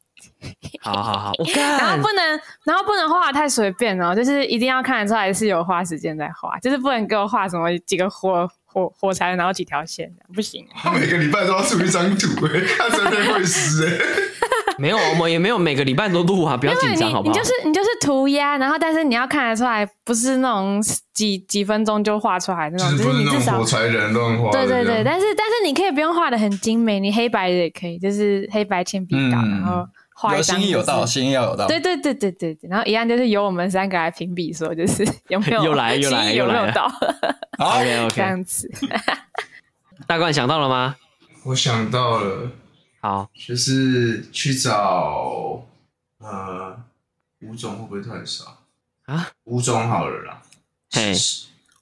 Speaker 1: 好好好，我
Speaker 4: 然
Speaker 1: 干
Speaker 4: 后不能，然后不能画得太随便哦，就是一定要看得出来是有花时间在画，就是不能给我画什么几个火火火柴，然后几条线，不行。
Speaker 2: 他每个礼拜都要出一张图、欸， 他真的会死、欸。
Speaker 1: 没有，我们也没有每个礼拜都录啊，不要紧张好不
Speaker 4: 你
Speaker 1: 好？
Speaker 4: 就是你就是涂鸦，然后但是你要看得出来，不是那种几几分钟就画出来 那
Speaker 2: 就是
Speaker 4: 种，就
Speaker 2: 不
Speaker 4: 是
Speaker 2: 是
Speaker 4: 你
Speaker 2: 那
Speaker 4: 至
Speaker 2: 种
Speaker 4: 少
Speaker 2: 火柴人乱画的
Speaker 4: 对对
Speaker 2: 这
Speaker 4: 对，
Speaker 2: 样
Speaker 4: 但是但是你可以不用画的很精美，你黑白的也可以，就是黑白铅笔稿，
Speaker 3: 嗯
Speaker 4: 然后画
Speaker 3: 有
Speaker 4: 一张、
Speaker 3: 心意有道，。心意要有道。
Speaker 4: 对对对对对对，然后一样就是由我们三个来评比，说就是有没有
Speaker 1: 又来又来
Speaker 4: 心意有没
Speaker 1: 又来
Speaker 4: 有
Speaker 1: 了
Speaker 4: 到
Speaker 3: 好，
Speaker 1: OK
Speaker 4: 这
Speaker 1: OK，
Speaker 4: 样子。
Speaker 1: 大冠想到了吗？
Speaker 2: 我想到了，
Speaker 1: 好，
Speaker 2: 就是去找呃五种会不会太少
Speaker 1: 啊？
Speaker 2: 五种好了啦，
Speaker 1: 嘿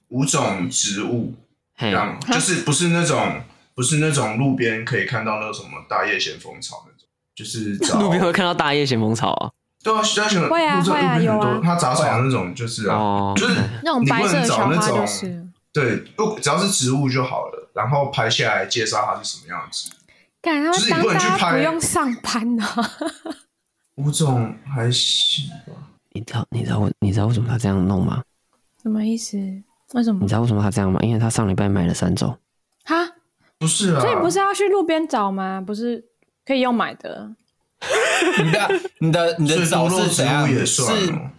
Speaker 2: 五种植物，
Speaker 1: 嘿
Speaker 2: 这，样就是不是那种不是那种路边可以看到那种什么大叶咸丰草那种，就是找
Speaker 1: 路边会看到大叶咸丰草啊。
Speaker 2: 对啊，大叶咸
Speaker 4: 会啊
Speaker 2: 路上
Speaker 4: 会啊
Speaker 2: 路边很
Speaker 4: 有
Speaker 2: 多
Speaker 4: 啊，
Speaker 2: 它杂草那种就是啊
Speaker 1: 哦，
Speaker 2: 就是
Speaker 4: 那种
Speaker 2: 你
Speaker 4: 白
Speaker 2: 不
Speaker 4: 色
Speaker 2: 能
Speaker 4: 的
Speaker 2: 找
Speaker 4: 小
Speaker 2: 那
Speaker 4: 花
Speaker 2: 种
Speaker 4: 就是。
Speaker 2: 对，不只要是植物就好了，然后拍下来介绍它是什么样的植物。
Speaker 4: 干，他
Speaker 2: 就是
Speaker 4: 们
Speaker 2: 你不
Speaker 4: 当
Speaker 2: 能去
Speaker 4: 大家
Speaker 2: 拍
Speaker 4: 不用上班呢、啊
Speaker 2: 五种还行吧，
Speaker 1: 你知道你知道我你知道为什么他这样弄吗？
Speaker 4: 什么意思？为什么
Speaker 2: 嗯
Speaker 1: 你？知道为什么他这样吗？因为他上礼拜买了三种。
Speaker 4: 哈，
Speaker 2: 不是啊，
Speaker 4: 所以不是要去路边找吗？不是可以用买的？
Speaker 3: 你的你的你
Speaker 2: 所
Speaker 3: 的
Speaker 2: 以
Speaker 3: 枣
Speaker 2: 多肉
Speaker 3: 是
Speaker 2: 植
Speaker 3: 怎样
Speaker 2: 物？也
Speaker 3: 是
Speaker 2: 算哦。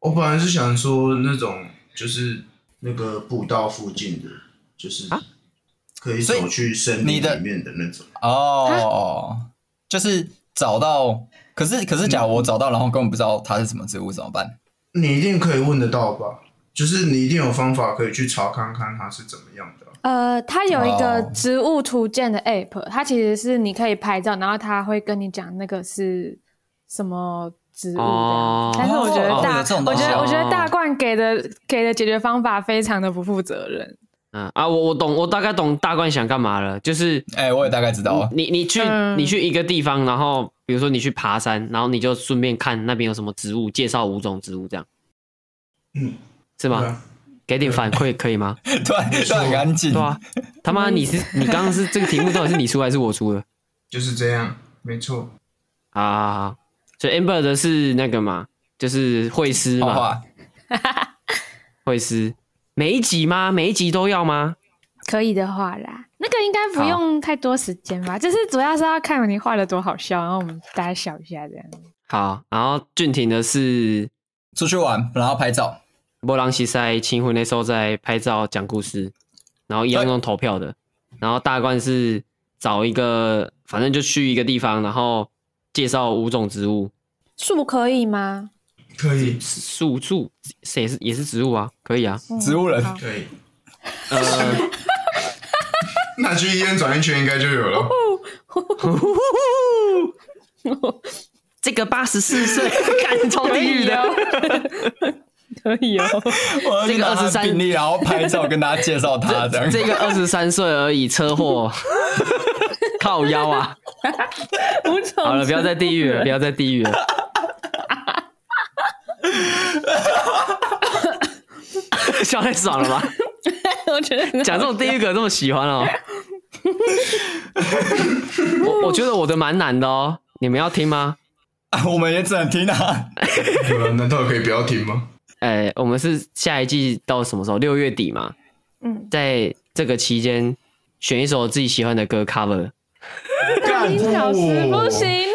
Speaker 2: 我本来是想说那种就是那个步道附近的，就是可以
Speaker 3: 所以
Speaker 2: 走去森
Speaker 3: 你
Speaker 2: 林
Speaker 3: 的
Speaker 2: 里面的那种。
Speaker 1: 啊
Speaker 3: 哦，就是找到。可是可是，假如我找到，然后根本不知道它是什么植物，怎么办？
Speaker 2: 你一定可以问得到吧？就是你一定有方法可以去查看看它是怎么样的啊、
Speaker 4: 呃，它有一个
Speaker 3: 哦
Speaker 4: 植物图鉴的 app，它其实是你可以拍照，然后它会跟你讲那个是什么植物这样子。
Speaker 1: 哦
Speaker 4: 但是我觉得
Speaker 3: 哦
Speaker 4: 大，
Speaker 3: 有这种
Speaker 4: 我
Speaker 3: 东西
Speaker 4: 觉得
Speaker 1: 哦
Speaker 4: 我觉得大冠给的给的解决方法非常的不负责任。
Speaker 1: 嗯啊，我我懂，我大概懂大冠想干嘛了，就是
Speaker 3: 哎、我也大概知道了。
Speaker 1: 你你去、
Speaker 4: 嗯
Speaker 1: 你去一个地方，然后比如说你去爬山，然后你就顺便看那边有什么植物，介绍五种植物这样，
Speaker 2: 嗯，
Speaker 1: 是
Speaker 2: 对
Speaker 1: 吗？
Speaker 2: 啊，
Speaker 1: 给点反馈可以吗？
Speaker 3: 突然突然很安静，
Speaker 1: 嗯对啊， 他妈你是你刚刚是这个题目到底是你出还是我出的？
Speaker 2: 就是这样，没错。
Speaker 1: 啊好，好好所以 Amber 的是那个嘛，就是会师
Speaker 3: 画
Speaker 1: 嘛，
Speaker 3: 画
Speaker 1: 会师每一集吗？每一集都要吗？
Speaker 4: 可以的话啦，那个应该不用太多时间吧，就是主要是要看你画的多好笑，然后我们大家笑一下这样。
Speaker 1: 好，然后俊廷的是
Speaker 3: 出去玩，然后拍照。
Speaker 1: 波浪西塞青湖那时候在拍照讲故事，然后一样
Speaker 3: 对
Speaker 1: 用投票的，然后大冠是找一个，反正就去一个地方，然后介绍五种植物，
Speaker 4: 树可以吗？
Speaker 2: 可以，
Speaker 1: 树树是也是也是植物啊，可以啊，
Speaker 3: 植物人
Speaker 4: 好
Speaker 2: 可以。
Speaker 1: 呃，
Speaker 2: 那去医院转一圈应该就有
Speaker 1: 哦
Speaker 2: 了。
Speaker 1: 这个八十四岁 干超地狱的，
Speaker 4: 可 以哦。
Speaker 3: 我要去拿他的
Speaker 1: 这个23
Speaker 3: 病历，然 后拍照跟大家介绍他这样。
Speaker 1: 这个二十三岁而已，车祸，靠腰啊！
Speaker 4: 无从
Speaker 1: 好了，不要再地狱了，不要再地狱了。 笑太爽了吧？
Speaker 4: 我觉得
Speaker 1: 讲这种地狱梗这么喜欢哦。我我觉得我的蛮难的哦，你们要听吗？
Speaker 3: 啊，我们也只能听啊。
Speaker 2: 你们难道可以不要听吗？
Speaker 1: 呃，我们是下一季到什么时候？六月底嘛。
Speaker 6: 嗯，
Speaker 1: 在这个期间选一首自己喜欢的歌 cover。
Speaker 2: 干
Speaker 4: 一小时不行啊！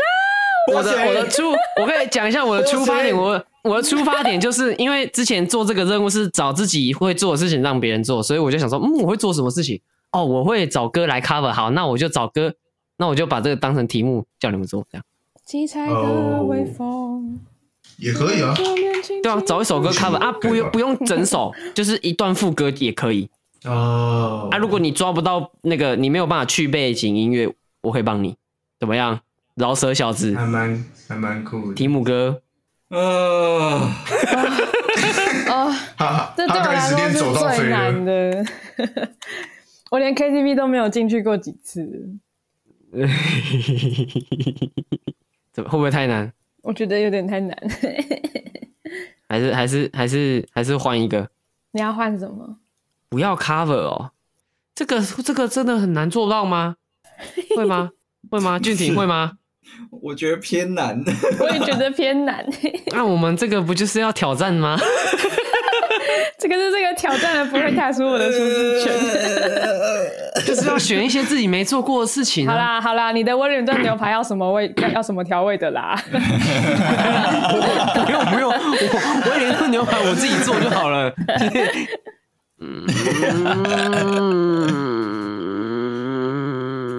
Speaker 1: 我的
Speaker 3: 不行
Speaker 1: 我的出，我可以讲一下我的出发点。我我的出发点就是因为之前做这个任务是找自己会做的事情让别人做，所以我就想说，嗯，我会做什么事情？哦，我会找歌来 cover。好，那我就找歌，那我就把这个当成题目叫你们做，这样
Speaker 6: 七彩的微风，
Speaker 2: 也可以啊。
Speaker 1: 对啊，找一首歌 cover 啊，不用
Speaker 2: 对吧
Speaker 1: 不用整首，就是一段副歌也可以
Speaker 2: 哦
Speaker 1: 啊。如果你抓不到那个，你没有办法去背景音乐，我会帮你，怎么样？饶舌小子
Speaker 2: 还蛮还蛮酷的
Speaker 1: 题。目歌，
Speaker 3: 呃，
Speaker 4: 哦，
Speaker 2: 他
Speaker 4: 这对
Speaker 2: 他
Speaker 4: 我
Speaker 2: 开
Speaker 4: 来
Speaker 2: 始
Speaker 4: 说
Speaker 2: 练走到
Speaker 4: 是
Speaker 2: 飞
Speaker 4: 最
Speaker 2: 了
Speaker 4: 难，的。 我连 KTV 都没有进去过几次，
Speaker 1: 怎么会不会太难？
Speaker 4: 我觉得有点太难。
Speaker 1: 还是还是还是还是换一个，
Speaker 4: 你要换什么？
Speaker 1: 不要 cover 哦。这个这个真的很难做到 吗？会吗？会吗？俊廷会吗？
Speaker 3: 我觉得偏难。
Speaker 4: 我也觉得偏难。
Speaker 1: 那我们这个不就是要挑战 吗？
Speaker 4: 这个是这个挑战了，不会踏出我的舒适 圈。
Speaker 1: 就是要选一些自己没做过的事情、啊。
Speaker 4: 好，啦好啦，你的温岭炖牛排要什么味？要要什么调味的啦？
Speaker 1: 不用不用，我我连炖牛排我自己做就好 了。嗯，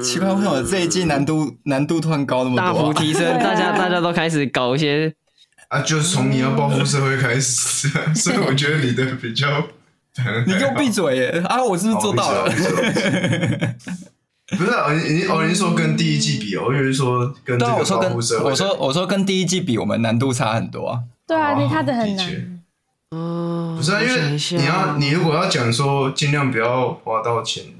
Speaker 3: 奇怪，为什么这一季难度难度突然高那么多、
Speaker 1: 大
Speaker 3: 啊？
Speaker 1: 幅提升，
Speaker 4: 对啊
Speaker 1: 大家大家都开始搞一些
Speaker 2: 啊，就是从你要报复社会开始， 所以我觉得你的比较，
Speaker 3: 你给我闭嘴耶！啊，我是不是做到
Speaker 2: 哦
Speaker 3: 了
Speaker 2: 我？知道我知道我知 道不是啊，你你哦，你是说跟第一季比哦，我以为是说跟这个
Speaker 3: 对啊，我说
Speaker 2: 报
Speaker 3: 跟
Speaker 2: 复社会的，
Speaker 3: 我说我说跟第一季比，我们难度差很多啊。
Speaker 4: 对啊，
Speaker 2: 哦
Speaker 4: 你他的
Speaker 2: 的
Speaker 4: 很
Speaker 2: 确
Speaker 4: 难。哦
Speaker 1: 嗯，
Speaker 2: 不是、啊、因为你要你如果要讲说尽量不要花到钱的，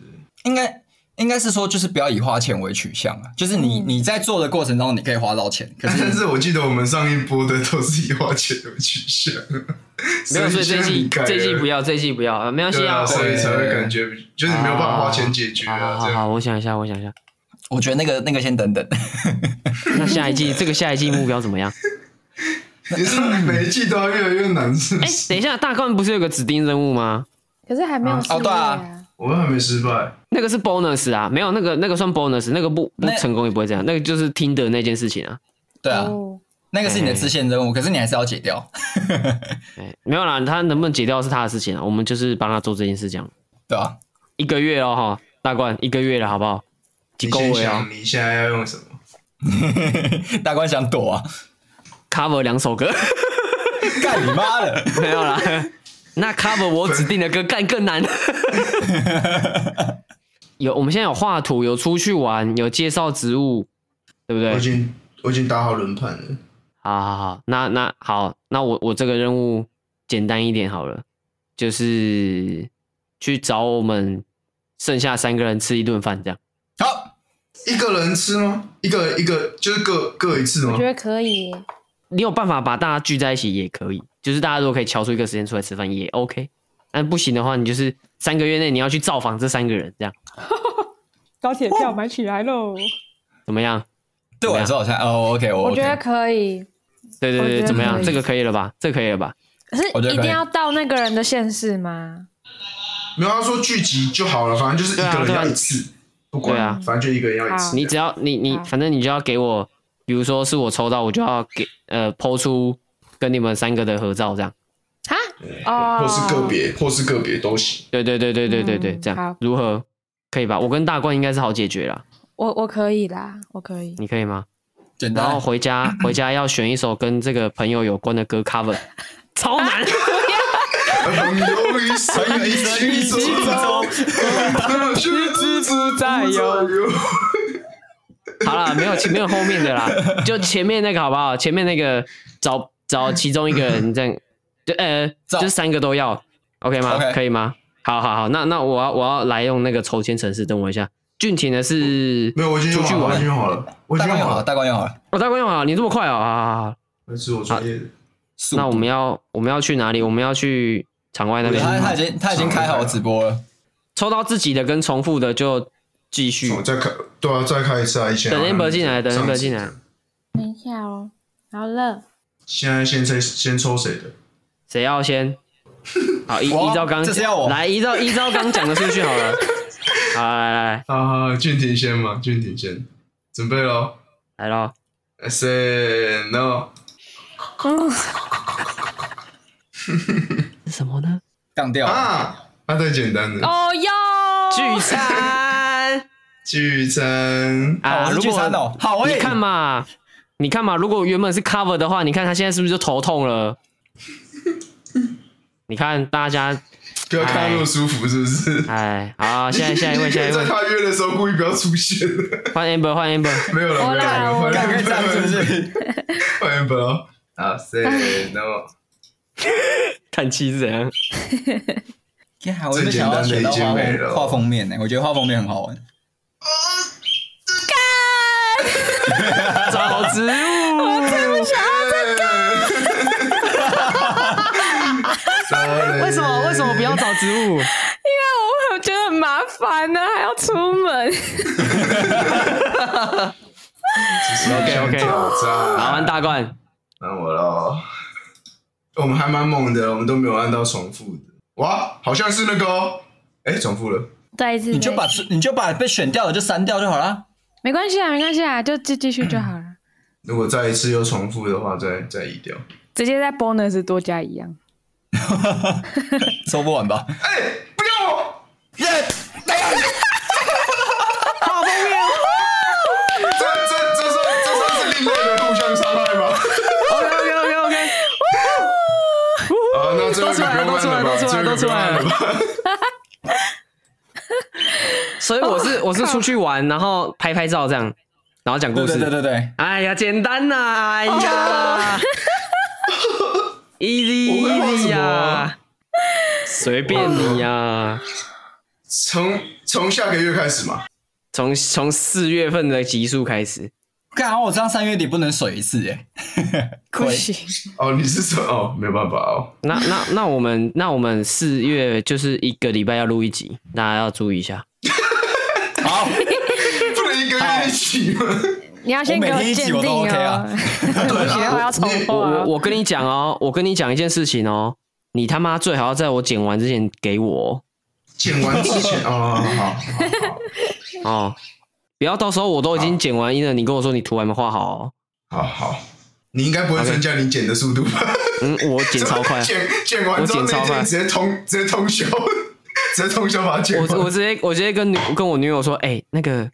Speaker 3: 应该应该是说，就是不要以花钱为取向啊，就是你你在做的过程中，你可以花到钱，可
Speaker 2: 但
Speaker 3: 是
Speaker 2: 是我记得我们上一波的都是以花钱为取向，
Speaker 1: 没有，所以这一季
Speaker 2: 现在改了
Speaker 1: 这一季不要，这一季不要，啊没关系
Speaker 2: 啊对
Speaker 1: 啊
Speaker 2: 啊，。所以才会感觉就是没有办法花钱解决
Speaker 1: 好好
Speaker 2: 啊，
Speaker 1: 好
Speaker 2: 这
Speaker 1: 好，
Speaker 2: 样
Speaker 1: 我想一下，我想一下。
Speaker 3: 我觉得那个那个先等等，
Speaker 1: 那下一季这个下一季目标怎 么样？
Speaker 2: 你说每一季都要越来越难，是不
Speaker 1: 哎、
Speaker 2: 是？
Speaker 1: 等一下，大冠不是有个指定任务吗？
Speaker 6: 可是还没有
Speaker 2: 啊
Speaker 6: 失业
Speaker 3: 对啊
Speaker 6: 啊。
Speaker 2: 我们还没失败，
Speaker 1: 那个是 bonus 啊，没有那个那个算 bonus，那个不不
Speaker 3: 那
Speaker 1: 成功也不会这样，那个就是听的那件事情啊。
Speaker 3: 对啊，
Speaker 6: 哦
Speaker 3: 那个是你的支线任务，可是你还是要解掉。
Speaker 1: 哎、没有啦，他能不能解掉是他的事情啊，我们就是帮他做这件事情。
Speaker 3: 对啊，
Speaker 1: 一个月哦哈，大冠一个月了好不好？几
Speaker 2: 你
Speaker 1: 够
Speaker 2: 先
Speaker 1: 位哦
Speaker 2: 想你现在要用什么？
Speaker 3: 大官想躲啊，
Speaker 1: ，cover 两首歌
Speaker 3: 干你妈的！
Speaker 1: 没有啦。 那 cover 我指定的歌干更难。有，我们现在有画图，有出去玩，有介绍植物，对不对？
Speaker 2: 我已经我已经打好轮盘了，
Speaker 1: 好好好，那那好，那我我这个任务简单一点好了，就是去找我们剩下三个人吃一顿饭，这样
Speaker 3: 好，
Speaker 2: 一个人吃吗？一个一个就是各各一次吗
Speaker 6: 我觉？得可以耶，
Speaker 1: 你有办法把大家聚在一起也可以，就是大家如果可以敲出一个时间出来吃饭也 OK，但不行的话，你就是三个月内你要去造访这三个人，这样
Speaker 4: 高铁票买起来喽！
Speaker 1: 怎么样？
Speaker 3: 对我来说好像哦，OK，我
Speaker 6: 我
Speaker 3: OK
Speaker 6: 觉得可以，
Speaker 1: 对对
Speaker 6: 我觉
Speaker 1: 对，
Speaker 6: 得
Speaker 1: 怎么样？
Speaker 6: 可以
Speaker 1: 这个可以了吧？这个可以了吧？
Speaker 6: 可是
Speaker 3: 我觉得可以
Speaker 6: 一定要到那个人的县市吗？
Speaker 2: 没有，他说聚集就好了，反正就是一个人
Speaker 1: 对啊
Speaker 2: 要
Speaker 1: 对啊
Speaker 2: 一次，不
Speaker 1: 对
Speaker 2: 管
Speaker 1: 啊，
Speaker 2: 反正就一个人要一次
Speaker 6: 好。
Speaker 1: 你只要你你
Speaker 6: 好
Speaker 1: 反正你就要给我，比如说是我抽到，我就要给呃抛出跟你们三个的合照，这样。
Speaker 6: 啊？哦，
Speaker 2: 或是个别，或是个别都行。
Speaker 1: 对对对对对对对，
Speaker 6: 嗯
Speaker 1: 这样
Speaker 6: 好
Speaker 1: 如何可以吧？我跟大冠应该是好解决啦，
Speaker 6: 我我可以啦，我可以。
Speaker 1: 你可以吗？
Speaker 3: 简
Speaker 1: 然
Speaker 3: 单
Speaker 1: 后。回 家回家要选一首跟这个朋友有关的歌 cover，超难。哎
Speaker 2: 朋友一生一起走， 朋友
Speaker 1: 知不在
Speaker 2: 有。
Speaker 1: 好啦，没有前没有后面的 啦，就前面那个好不好？前面那个找找其中一个 人这样，就呃，
Speaker 3: 找
Speaker 1: 就三个都要，OK 吗
Speaker 3: OK
Speaker 1: 可以吗？好好好，那那我要我要来用那个抽签程式，等我一下。俊廷的是
Speaker 2: 没有，我已经用
Speaker 1: 出去
Speaker 2: 好了，我已
Speaker 1: 玩
Speaker 2: 经用好了，我已
Speaker 3: 大
Speaker 2: 经用
Speaker 3: 光用
Speaker 2: 好
Speaker 3: 好了，
Speaker 2: 了，
Speaker 3: 大光用好了。
Speaker 1: 我大官用啊，你这么快啊好好好好！
Speaker 2: 那是我专业的。
Speaker 3: 速
Speaker 1: 那我们
Speaker 3: 度
Speaker 1: 要我们要去哪里？我们要去场外那
Speaker 2: 要
Speaker 3: 他
Speaker 1: 边
Speaker 3: 他已经他已经开好直播了，
Speaker 1: 抽到自己的跟重复的就继续
Speaker 2: 我再开，对啊，再开一次啊，以前
Speaker 1: 等
Speaker 2: 好像
Speaker 1: Amber 进来，
Speaker 3: 啊
Speaker 1: 等
Speaker 2: 上
Speaker 1: Amber
Speaker 2: 次
Speaker 1: 进来。
Speaker 4: 等一下哦，好了，
Speaker 2: 现在先抽先抽谁的？
Speaker 1: 谁要先？好，依
Speaker 3: 我啊
Speaker 1: 依照刚
Speaker 3: 这是要我
Speaker 1: 来，依 照依照刚讲的顺序好了。好，来来来
Speaker 2: 啊，俊廷先嘛，俊廷先，准备喽
Speaker 1: 来
Speaker 3: 啊
Speaker 1: 喽！
Speaker 2: ，say no，
Speaker 6: 嗯
Speaker 1: 是什么呢？
Speaker 3: 杠掉了。
Speaker 2: 啊，那太简单了，
Speaker 4: 哦哟，
Speaker 1: 聚餐
Speaker 2: 聚餐，
Speaker 3: 啊，
Speaker 1: 啊！
Speaker 3: 我是
Speaker 1: 如
Speaker 3: 聚
Speaker 1: 果
Speaker 3: 餐哦，好诶，
Speaker 1: 你看嘛，你看嘛，如果原本是 cover 的话，你看他现在是不是就头痛 了？你看大家，
Speaker 2: 不要看到那么舒服是不是？
Speaker 1: 哎，好，下一 下一位，下一
Speaker 2: 你可以在
Speaker 1: 位，
Speaker 2: 他约的时候故意不要出 现，
Speaker 1: 换 amber，换 amber，
Speaker 2: 没有了，
Speaker 4: 我
Speaker 2: 没有
Speaker 4: 来
Speaker 2: 了，
Speaker 4: 我
Speaker 2: 换
Speaker 3: 干可以
Speaker 2: Amber，
Speaker 3: 这样是不 是？
Speaker 2: 换 Amber 咯啊，say no，
Speaker 1: 看妻是怎 样？
Speaker 3: 干啊我原本想要
Speaker 2: 最简单的
Speaker 3: 选到
Speaker 2: 已经
Speaker 3: 画
Speaker 2: 没
Speaker 3: 封
Speaker 2: 了
Speaker 3: 画封面呢，我觉得画封面很好玩。
Speaker 1: 找植物？
Speaker 2: Sorry
Speaker 1: 为什么？为什么不要？找植物？
Speaker 7: 我觉得很麻烦
Speaker 6: 啊
Speaker 7: 呢、还要出门。
Speaker 1: OK，OK
Speaker 2: 挑战，
Speaker 1: 打完大罐，
Speaker 2: 那我喽。我们还蛮猛的，我们都没有按到重复的。哇，好像是那个、哦，哎、重复了。
Speaker 4: 再一次，
Speaker 3: 你就把你就把被选掉的就删掉就好了。
Speaker 4: 没关系啊，没关系啊，就继继续就好
Speaker 7: 嗯
Speaker 4: 了，
Speaker 2: 如果再一次又重复的话，再再移掉。
Speaker 7: 直接在 bonus 多加一样。
Speaker 3: 抽不完吧？
Speaker 2: 哎、不要我！
Speaker 3: 耶！
Speaker 2: 这这这算这算是另类的互相伤害 吗？啊，那这个不用按了吧，
Speaker 1: 都出
Speaker 2: 这
Speaker 1: 来了
Speaker 2: 个
Speaker 1: 都出
Speaker 2: 不用
Speaker 1: 来
Speaker 2: 按
Speaker 1: 了
Speaker 2: 了吧。
Speaker 1: 所以我是我是出去玩，然后拍拍照这样，然后讲故
Speaker 3: 对对对
Speaker 1: 事。
Speaker 3: 对对，
Speaker 1: 哎呀，简单呐、哎呀 ，easy
Speaker 2: 我会画什
Speaker 1: easy
Speaker 2: 么
Speaker 1: 呀
Speaker 2: 啊，
Speaker 1: 随便你呀、
Speaker 2: 从从下个月开始嘛，
Speaker 1: 从从四月份的集数开始，
Speaker 3: 干我这样三月底不能水一次耶，
Speaker 7: 不
Speaker 3: 亏
Speaker 7: 行，
Speaker 2: 哦，你是说哦，没有办法哦，
Speaker 1: 那那那我们那我们四月就是一个礼拜要录一集，大家要注意一下。
Speaker 3: 好。
Speaker 2: 不能一个月一起吗？
Speaker 4: 你要先给
Speaker 3: 我每天一
Speaker 4: 鉴
Speaker 3: 集
Speaker 4: 定
Speaker 3: 我都 OK
Speaker 4: 哦
Speaker 3: 啊，
Speaker 4: 不行的话要重
Speaker 1: 我
Speaker 4: 播
Speaker 1: 我
Speaker 4: 哦。
Speaker 1: 我跟你讲哦，我跟你讲一件事情哦，你他妈最好要在我剪完之前给我
Speaker 2: 剪完之 前哦，好好好
Speaker 1: 哦，哦不要到时候我都已经剪完音了，你跟我说你图还没画好、哦，
Speaker 2: 好好，你应该不会增加你剪的速度吧？
Speaker 1: 嗯，我剪超 快，
Speaker 2: 剪剪完之后
Speaker 1: 我剪超
Speaker 2: 那
Speaker 1: 快
Speaker 2: 天直接通直接通宵， 直接通宵把它剪
Speaker 1: 我
Speaker 2: 完。
Speaker 1: 我直接我直接跟女跟我女友说，哎、那个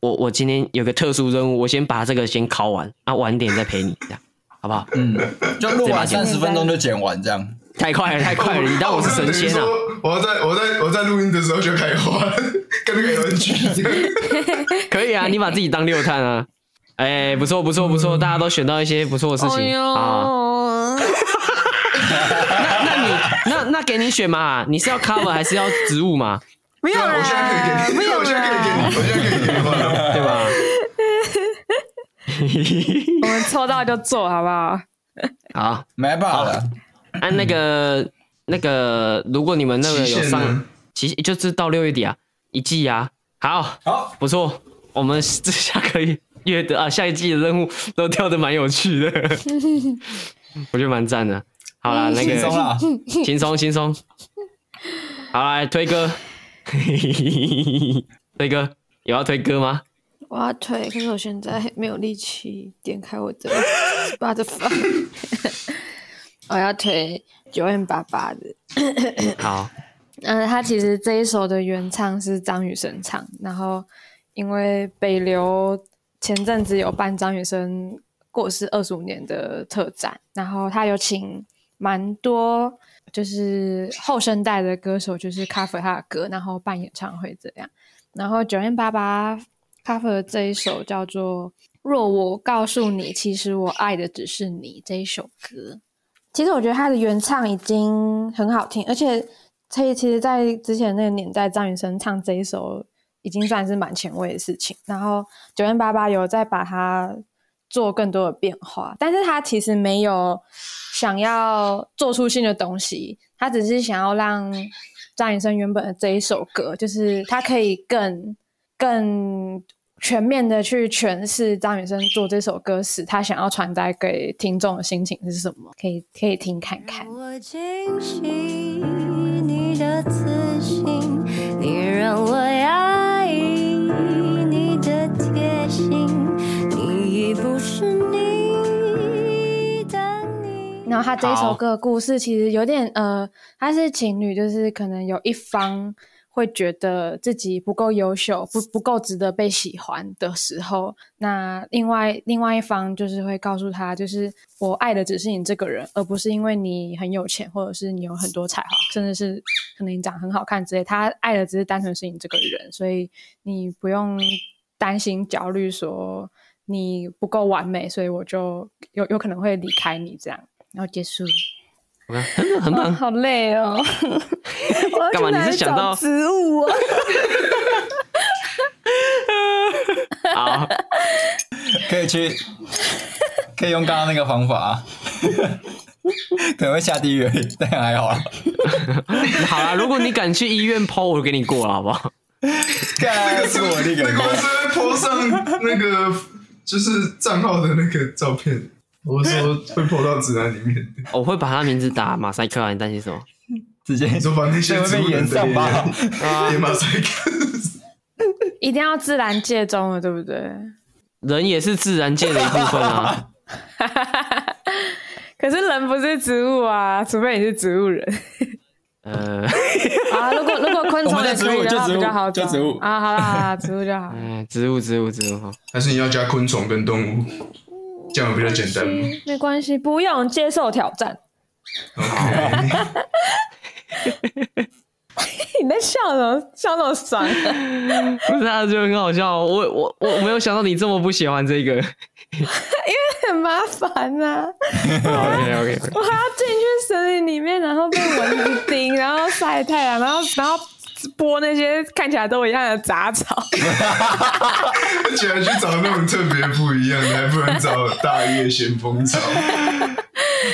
Speaker 1: 我我今天有个特殊任务，我先把这个先考完，啊，晚点再陪你，这样好不好？
Speaker 3: 嗯，就录完三十分钟就剪完这样。
Speaker 1: 太快了，太快了，你当我是神仙啊？
Speaker 2: 我要在我在我在录音的时候就开花了， 跟那个有人一样。
Speaker 1: 可以 啊，你把自己当六探啊。哎、不错不错不错，大家都选到一些不错的事
Speaker 4: 哎
Speaker 1: 情、啊。那你那那给你选嘛，你是要 cover 还是要植物嘛？
Speaker 7: 不
Speaker 2: 对
Speaker 7: 用
Speaker 2: 啊，我现在
Speaker 7: 啦
Speaker 2: 可以，给
Speaker 7: 不
Speaker 2: 你，
Speaker 7: 用
Speaker 2: 我现在可以给你，
Speaker 7: 啦，
Speaker 2: 我现在可以给你花了。
Speaker 1: 对吧？
Speaker 7: 我们抽到就做好不好？
Speaker 1: 好，
Speaker 3: 没办法了，
Speaker 1: 按、啊那个那个，如果你们那个有
Speaker 2: 期限呢
Speaker 1: 上，其实就是到六月底啊，一季啊，好，
Speaker 3: 好，
Speaker 1: 不错，我们这下个月的啊，下一季的任务都跳的蛮有趣 的，我觉得蛮赞的。好
Speaker 2: 嗯
Speaker 1: 啦，那
Speaker 3: 轻
Speaker 1: 个
Speaker 3: 松
Speaker 2: 啊
Speaker 3: 啦。
Speaker 1: 轻松轻松。好来推歌， 推歌有要推歌吗？
Speaker 4: 我要推，可是我现在没有力气点开我的 Spotify。我要推九 N 八八的，
Speaker 1: 好，
Speaker 4: 嗯，他其实这一首的原唱是张雨生唱，然后因为北流前阵子有办张雨生过世二十五年的特展，然后他有请蛮多就是后生代的歌手，就是 cover 他的歌，然后办演唱会这样。然后九零八八 cover 的这一首叫做《若我告诉你，其实我爱的只是你》这一首歌。其实我觉得他的原唱已经很好听，而且所以其实，在之前那个年代，张雨生唱这一首已经算是蛮前卫的事情。然后九零八八有再把它做更多的变化，但是它其实没有想要做出新的东西，它只是想要让张雨生原本的这一首歌，就是它可以更更。全面的去诠释张雨生做这首歌时，他想要传达给听众的心情是什么？可以可以听看看
Speaker 8: 让。我惊喜，你的自信，你让我压抑你的贴心，你已不是你的你。
Speaker 4: 然后他这一首
Speaker 3: 好
Speaker 4: 歌的故事其实有点呃，他是情侣，就是可能有一方会觉得自己不够优秀，不不够值得被喜欢的时候，那另外另外一方就是会告诉他，就是我爱的只是你这个人，而不是因为你很有钱，或者是你有很多才华，甚至是可能你长得很好看之类，他爱的只是单纯是你这个人，所以你不用担心焦虑说。你不够完美，所以我就有有可能会离开你这样。然后结束。
Speaker 1: 我看很很棒，
Speaker 4: 好累 哦！我要去
Speaker 1: 干嘛
Speaker 4: 哪里
Speaker 1: 你是想
Speaker 4: 找
Speaker 1: 到
Speaker 4: 植物啊？
Speaker 1: 好，
Speaker 3: 可以去，可以用刚刚那个方法、啊， 可能会下地狱，但还好啊。
Speaker 1: 好啦，如果你敢去医院剖，我给你过了，好不好？
Speaker 3: 干，是我那
Speaker 2: 那
Speaker 3: 个
Speaker 2: 个我是会 po 上那个就是账号的那个照片，我说会 po 到指南里面。
Speaker 1: 我会把他名字打马赛克啊，你担心什么？
Speaker 3: 直接
Speaker 2: 你说把那些植物人的
Speaker 3: 会被延上吧
Speaker 1: 啊
Speaker 2: 也也马赛克，
Speaker 4: 一定要自然界中的，对不对？
Speaker 1: 人也是自然界的一部分 啊，
Speaker 4: 可是人不是植物啊，除非你是植物人
Speaker 1: 呃，
Speaker 4: 啊。如果如果昆虫也可以的话，
Speaker 3: 我们就植物就植物
Speaker 4: 比较好找
Speaker 3: 就植物嗯
Speaker 4: 啊。好啦好啦，植物就好。
Speaker 1: 哎，植物植物植物哈，
Speaker 2: 还是你要加昆虫跟动物，这样比较简单
Speaker 7: 嗯
Speaker 2: 吗？
Speaker 4: 没关系，不用接受挑战。你在笑什么？笑那么 爽、
Speaker 1: 不是啊，就很好笑。我我我没有想到你这么不喜欢这 个。
Speaker 4: 很麻烦啊！
Speaker 1: OK OK，
Speaker 4: 我还要进去森林里面，然后被蚊子叮，然后晒太阳，然后然后播那些看起来都一样的 杂草。
Speaker 2: 而且还去找那种特别不一样的，还不能找大叶旋风草，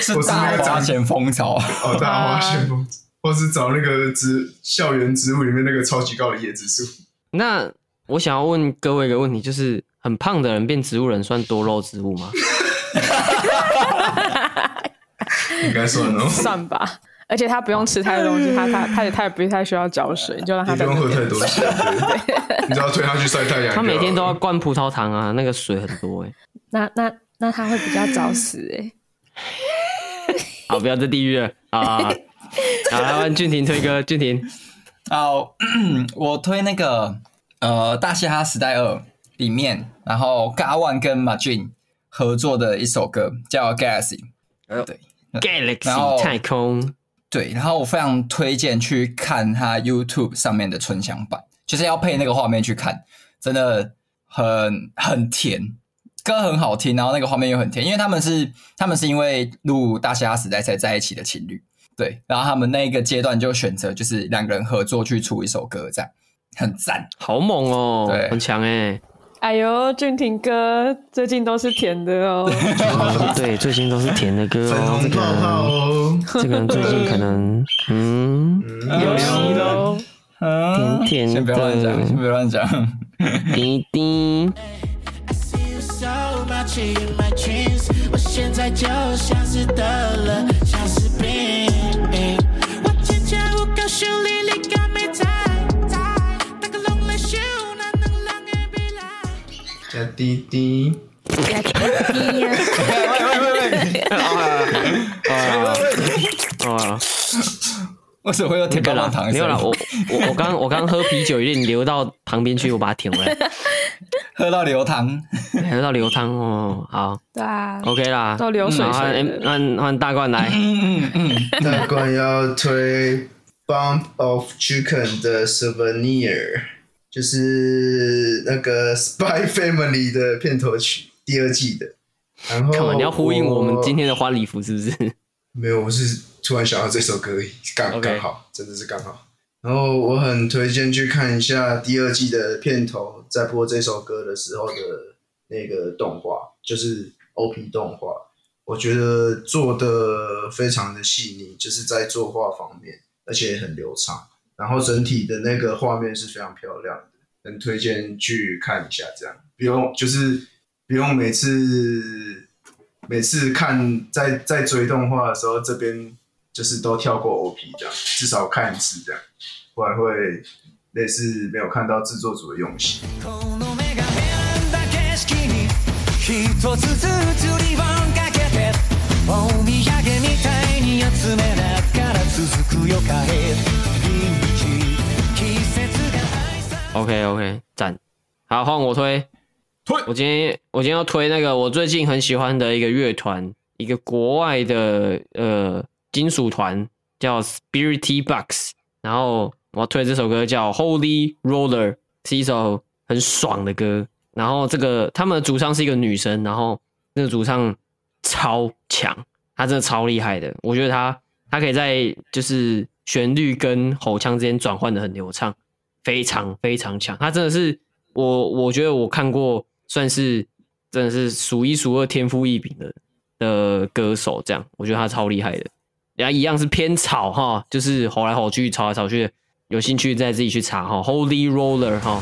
Speaker 3: 是大花钱啊蜂巢，
Speaker 2: 哦，大花旋风草，或是找那个植校园植物里面那个超级高的椰子树。
Speaker 1: 那我想要问各位一个问题，就是很胖的人变植物人算多肉植物吗？
Speaker 2: 应该算哦，
Speaker 4: 算吧。而且他不用吃太多东西，他他他也他也不太需要浇水，你就让他
Speaker 2: 也不
Speaker 4: 在那
Speaker 2: 用喝
Speaker 4: 边
Speaker 2: 太多水， 对你只要推它去晒太
Speaker 3: 哎
Speaker 2: 阳。
Speaker 1: 他每天都要。灌葡萄糖啊，那个水很多哎、
Speaker 4: 那那那他会比较早死哎、
Speaker 1: 好，不要再地狱 了啊！好，来问俊廷推歌，俊廷
Speaker 3: 好，我推那个呃《大嘻哈时代二》里面，然后 Gawan 跟 Majin 合作的一首歌叫《Galaxy》。然后
Speaker 1: Galaxy 太空，
Speaker 3: 对，然后我非常推荐去看他 YouTube 上面的纯享版，就是要配那个画面去看，真的很很甜，歌很好听，然后那个画面又很甜，因为他们是他们是因为录《大虾时代》才在一起的情侣，对，然后他们那一个阶段就选择就是两个人合作去出一首歌，这样很赞。
Speaker 1: 好猛哦、
Speaker 3: 对
Speaker 1: 很强 哎、
Speaker 9: 哎呦，俊廷哥最近都是甜的哦，
Speaker 1: 对，最近都是甜的歌
Speaker 2: 粉
Speaker 1: 哦、
Speaker 2: 红
Speaker 1: 这个
Speaker 2: 泡泡
Speaker 1: 人，
Speaker 2: 哦，
Speaker 1: 这个人最近可 能，嗯，
Speaker 9: 有戏喽。
Speaker 3: 嗯，
Speaker 1: 甜甜的
Speaker 3: 先不要乱讲，先不要乱讲。
Speaker 1: 滴滴。
Speaker 10: See you so much in my dreams，我现在就像是得了相思病。我坚强无告诉你，你敢没在？那个 lonely shoe，哪能让人未来？
Speaker 2: 加滴滴，
Speaker 3: 喂喂喂喂，
Speaker 1: 哦，
Speaker 3: 为什么会有
Speaker 1: 那
Speaker 3: 甜
Speaker 1: 个
Speaker 3: 棒
Speaker 1: 啦
Speaker 3: 棒糖，
Speaker 1: 没
Speaker 3: 声？
Speaker 1: 有啦，我我我刚我刚喝啤酒，有点流到旁边去，我把它舔 回来，
Speaker 3: 喝到流淌。
Speaker 1: 流到流汤哦。好
Speaker 4: 对啊，
Speaker 1: ，OK 啦，
Speaker 9: 都流水
Speaker 1: 然后换
Speaker 9: 水的哦
Speaker 1: 换换大罐来，
Speaker 3: 嗯嗯嗯。
Speaker 2: 大冠要推 Bump of Chicken 的 Souvenir，就是那个 Spy Family 的片头曲第二季的。然
Speaker 1: 干嘛？
Speaker 2: 后
Speaker 1: 你要呼应我们今天的花礼服是不是？
Speaker 2: 没有，我是突然想到这首歌而已，刚
Speaker 1: OK
Speaker 2: 刚好，真的是刚好。然后我很推荐去看一下第二季的片头，在播这首歌的时候的那个动画，就是 OP 动画，我觉得做的非常的细腻，就是在作画方面，而且很流畅，然后整体的那个画面是非常漂亮的，很推荐去看一下，这样不用就是不用每次每次看在在追动画的时候，这边就是都跳过 OP 这样，至少看一次这样。不然会类似没有看到制作组的用心。
Speaker 11: この目が選んだ景色に一つずつリボンかけてお土産みたいに集めながら続くよ帰り道季節が愛さ
Speaker 1: OK OK，赞。好，换我推。
Speaker 3: 推
Speaker 1: 我今天我今天要推那个我最近很喜欢的一个乐团，一个国外的呃金属团叫 Spirit Box，然后我要推这首歌叫 Holy Roller，是一首很爽的歌。然后这个他们的主唱是一个女生，然后那个主唱超强，她真的超厉害的。我觉得她她可以在就是旋律跟吼腔之间转换的很流畅。非常非常强，他真的是我我觉得我看过算是真的是数一数二天赋异禀的的歌手，这样我觉得他超厉害的。然后一样是偏吵哈，就是吼来吼去、吵来吵去的，有兴趣再自己去查哈，Holy Roller 哈。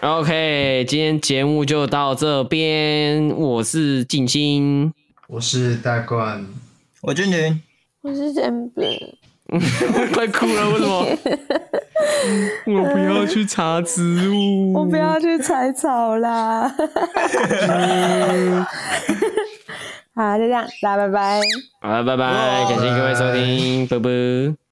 Speaker 1: OK，今天节目就到这边，我是静心，
Speaker 2: 我是大冠，
Speaker 3: 我君君，
Speaker 12: 我是真笨，
Speaker 1: 快哭了，为什么？我不要去查植物，
Speaker 12: 我不要去采草啦。
Speaker 1: 嗯
Speaker 12: 好，就这样，大家拜拜。
Speaker 1: 好了，拜拜，感谢各位收听，拜拜。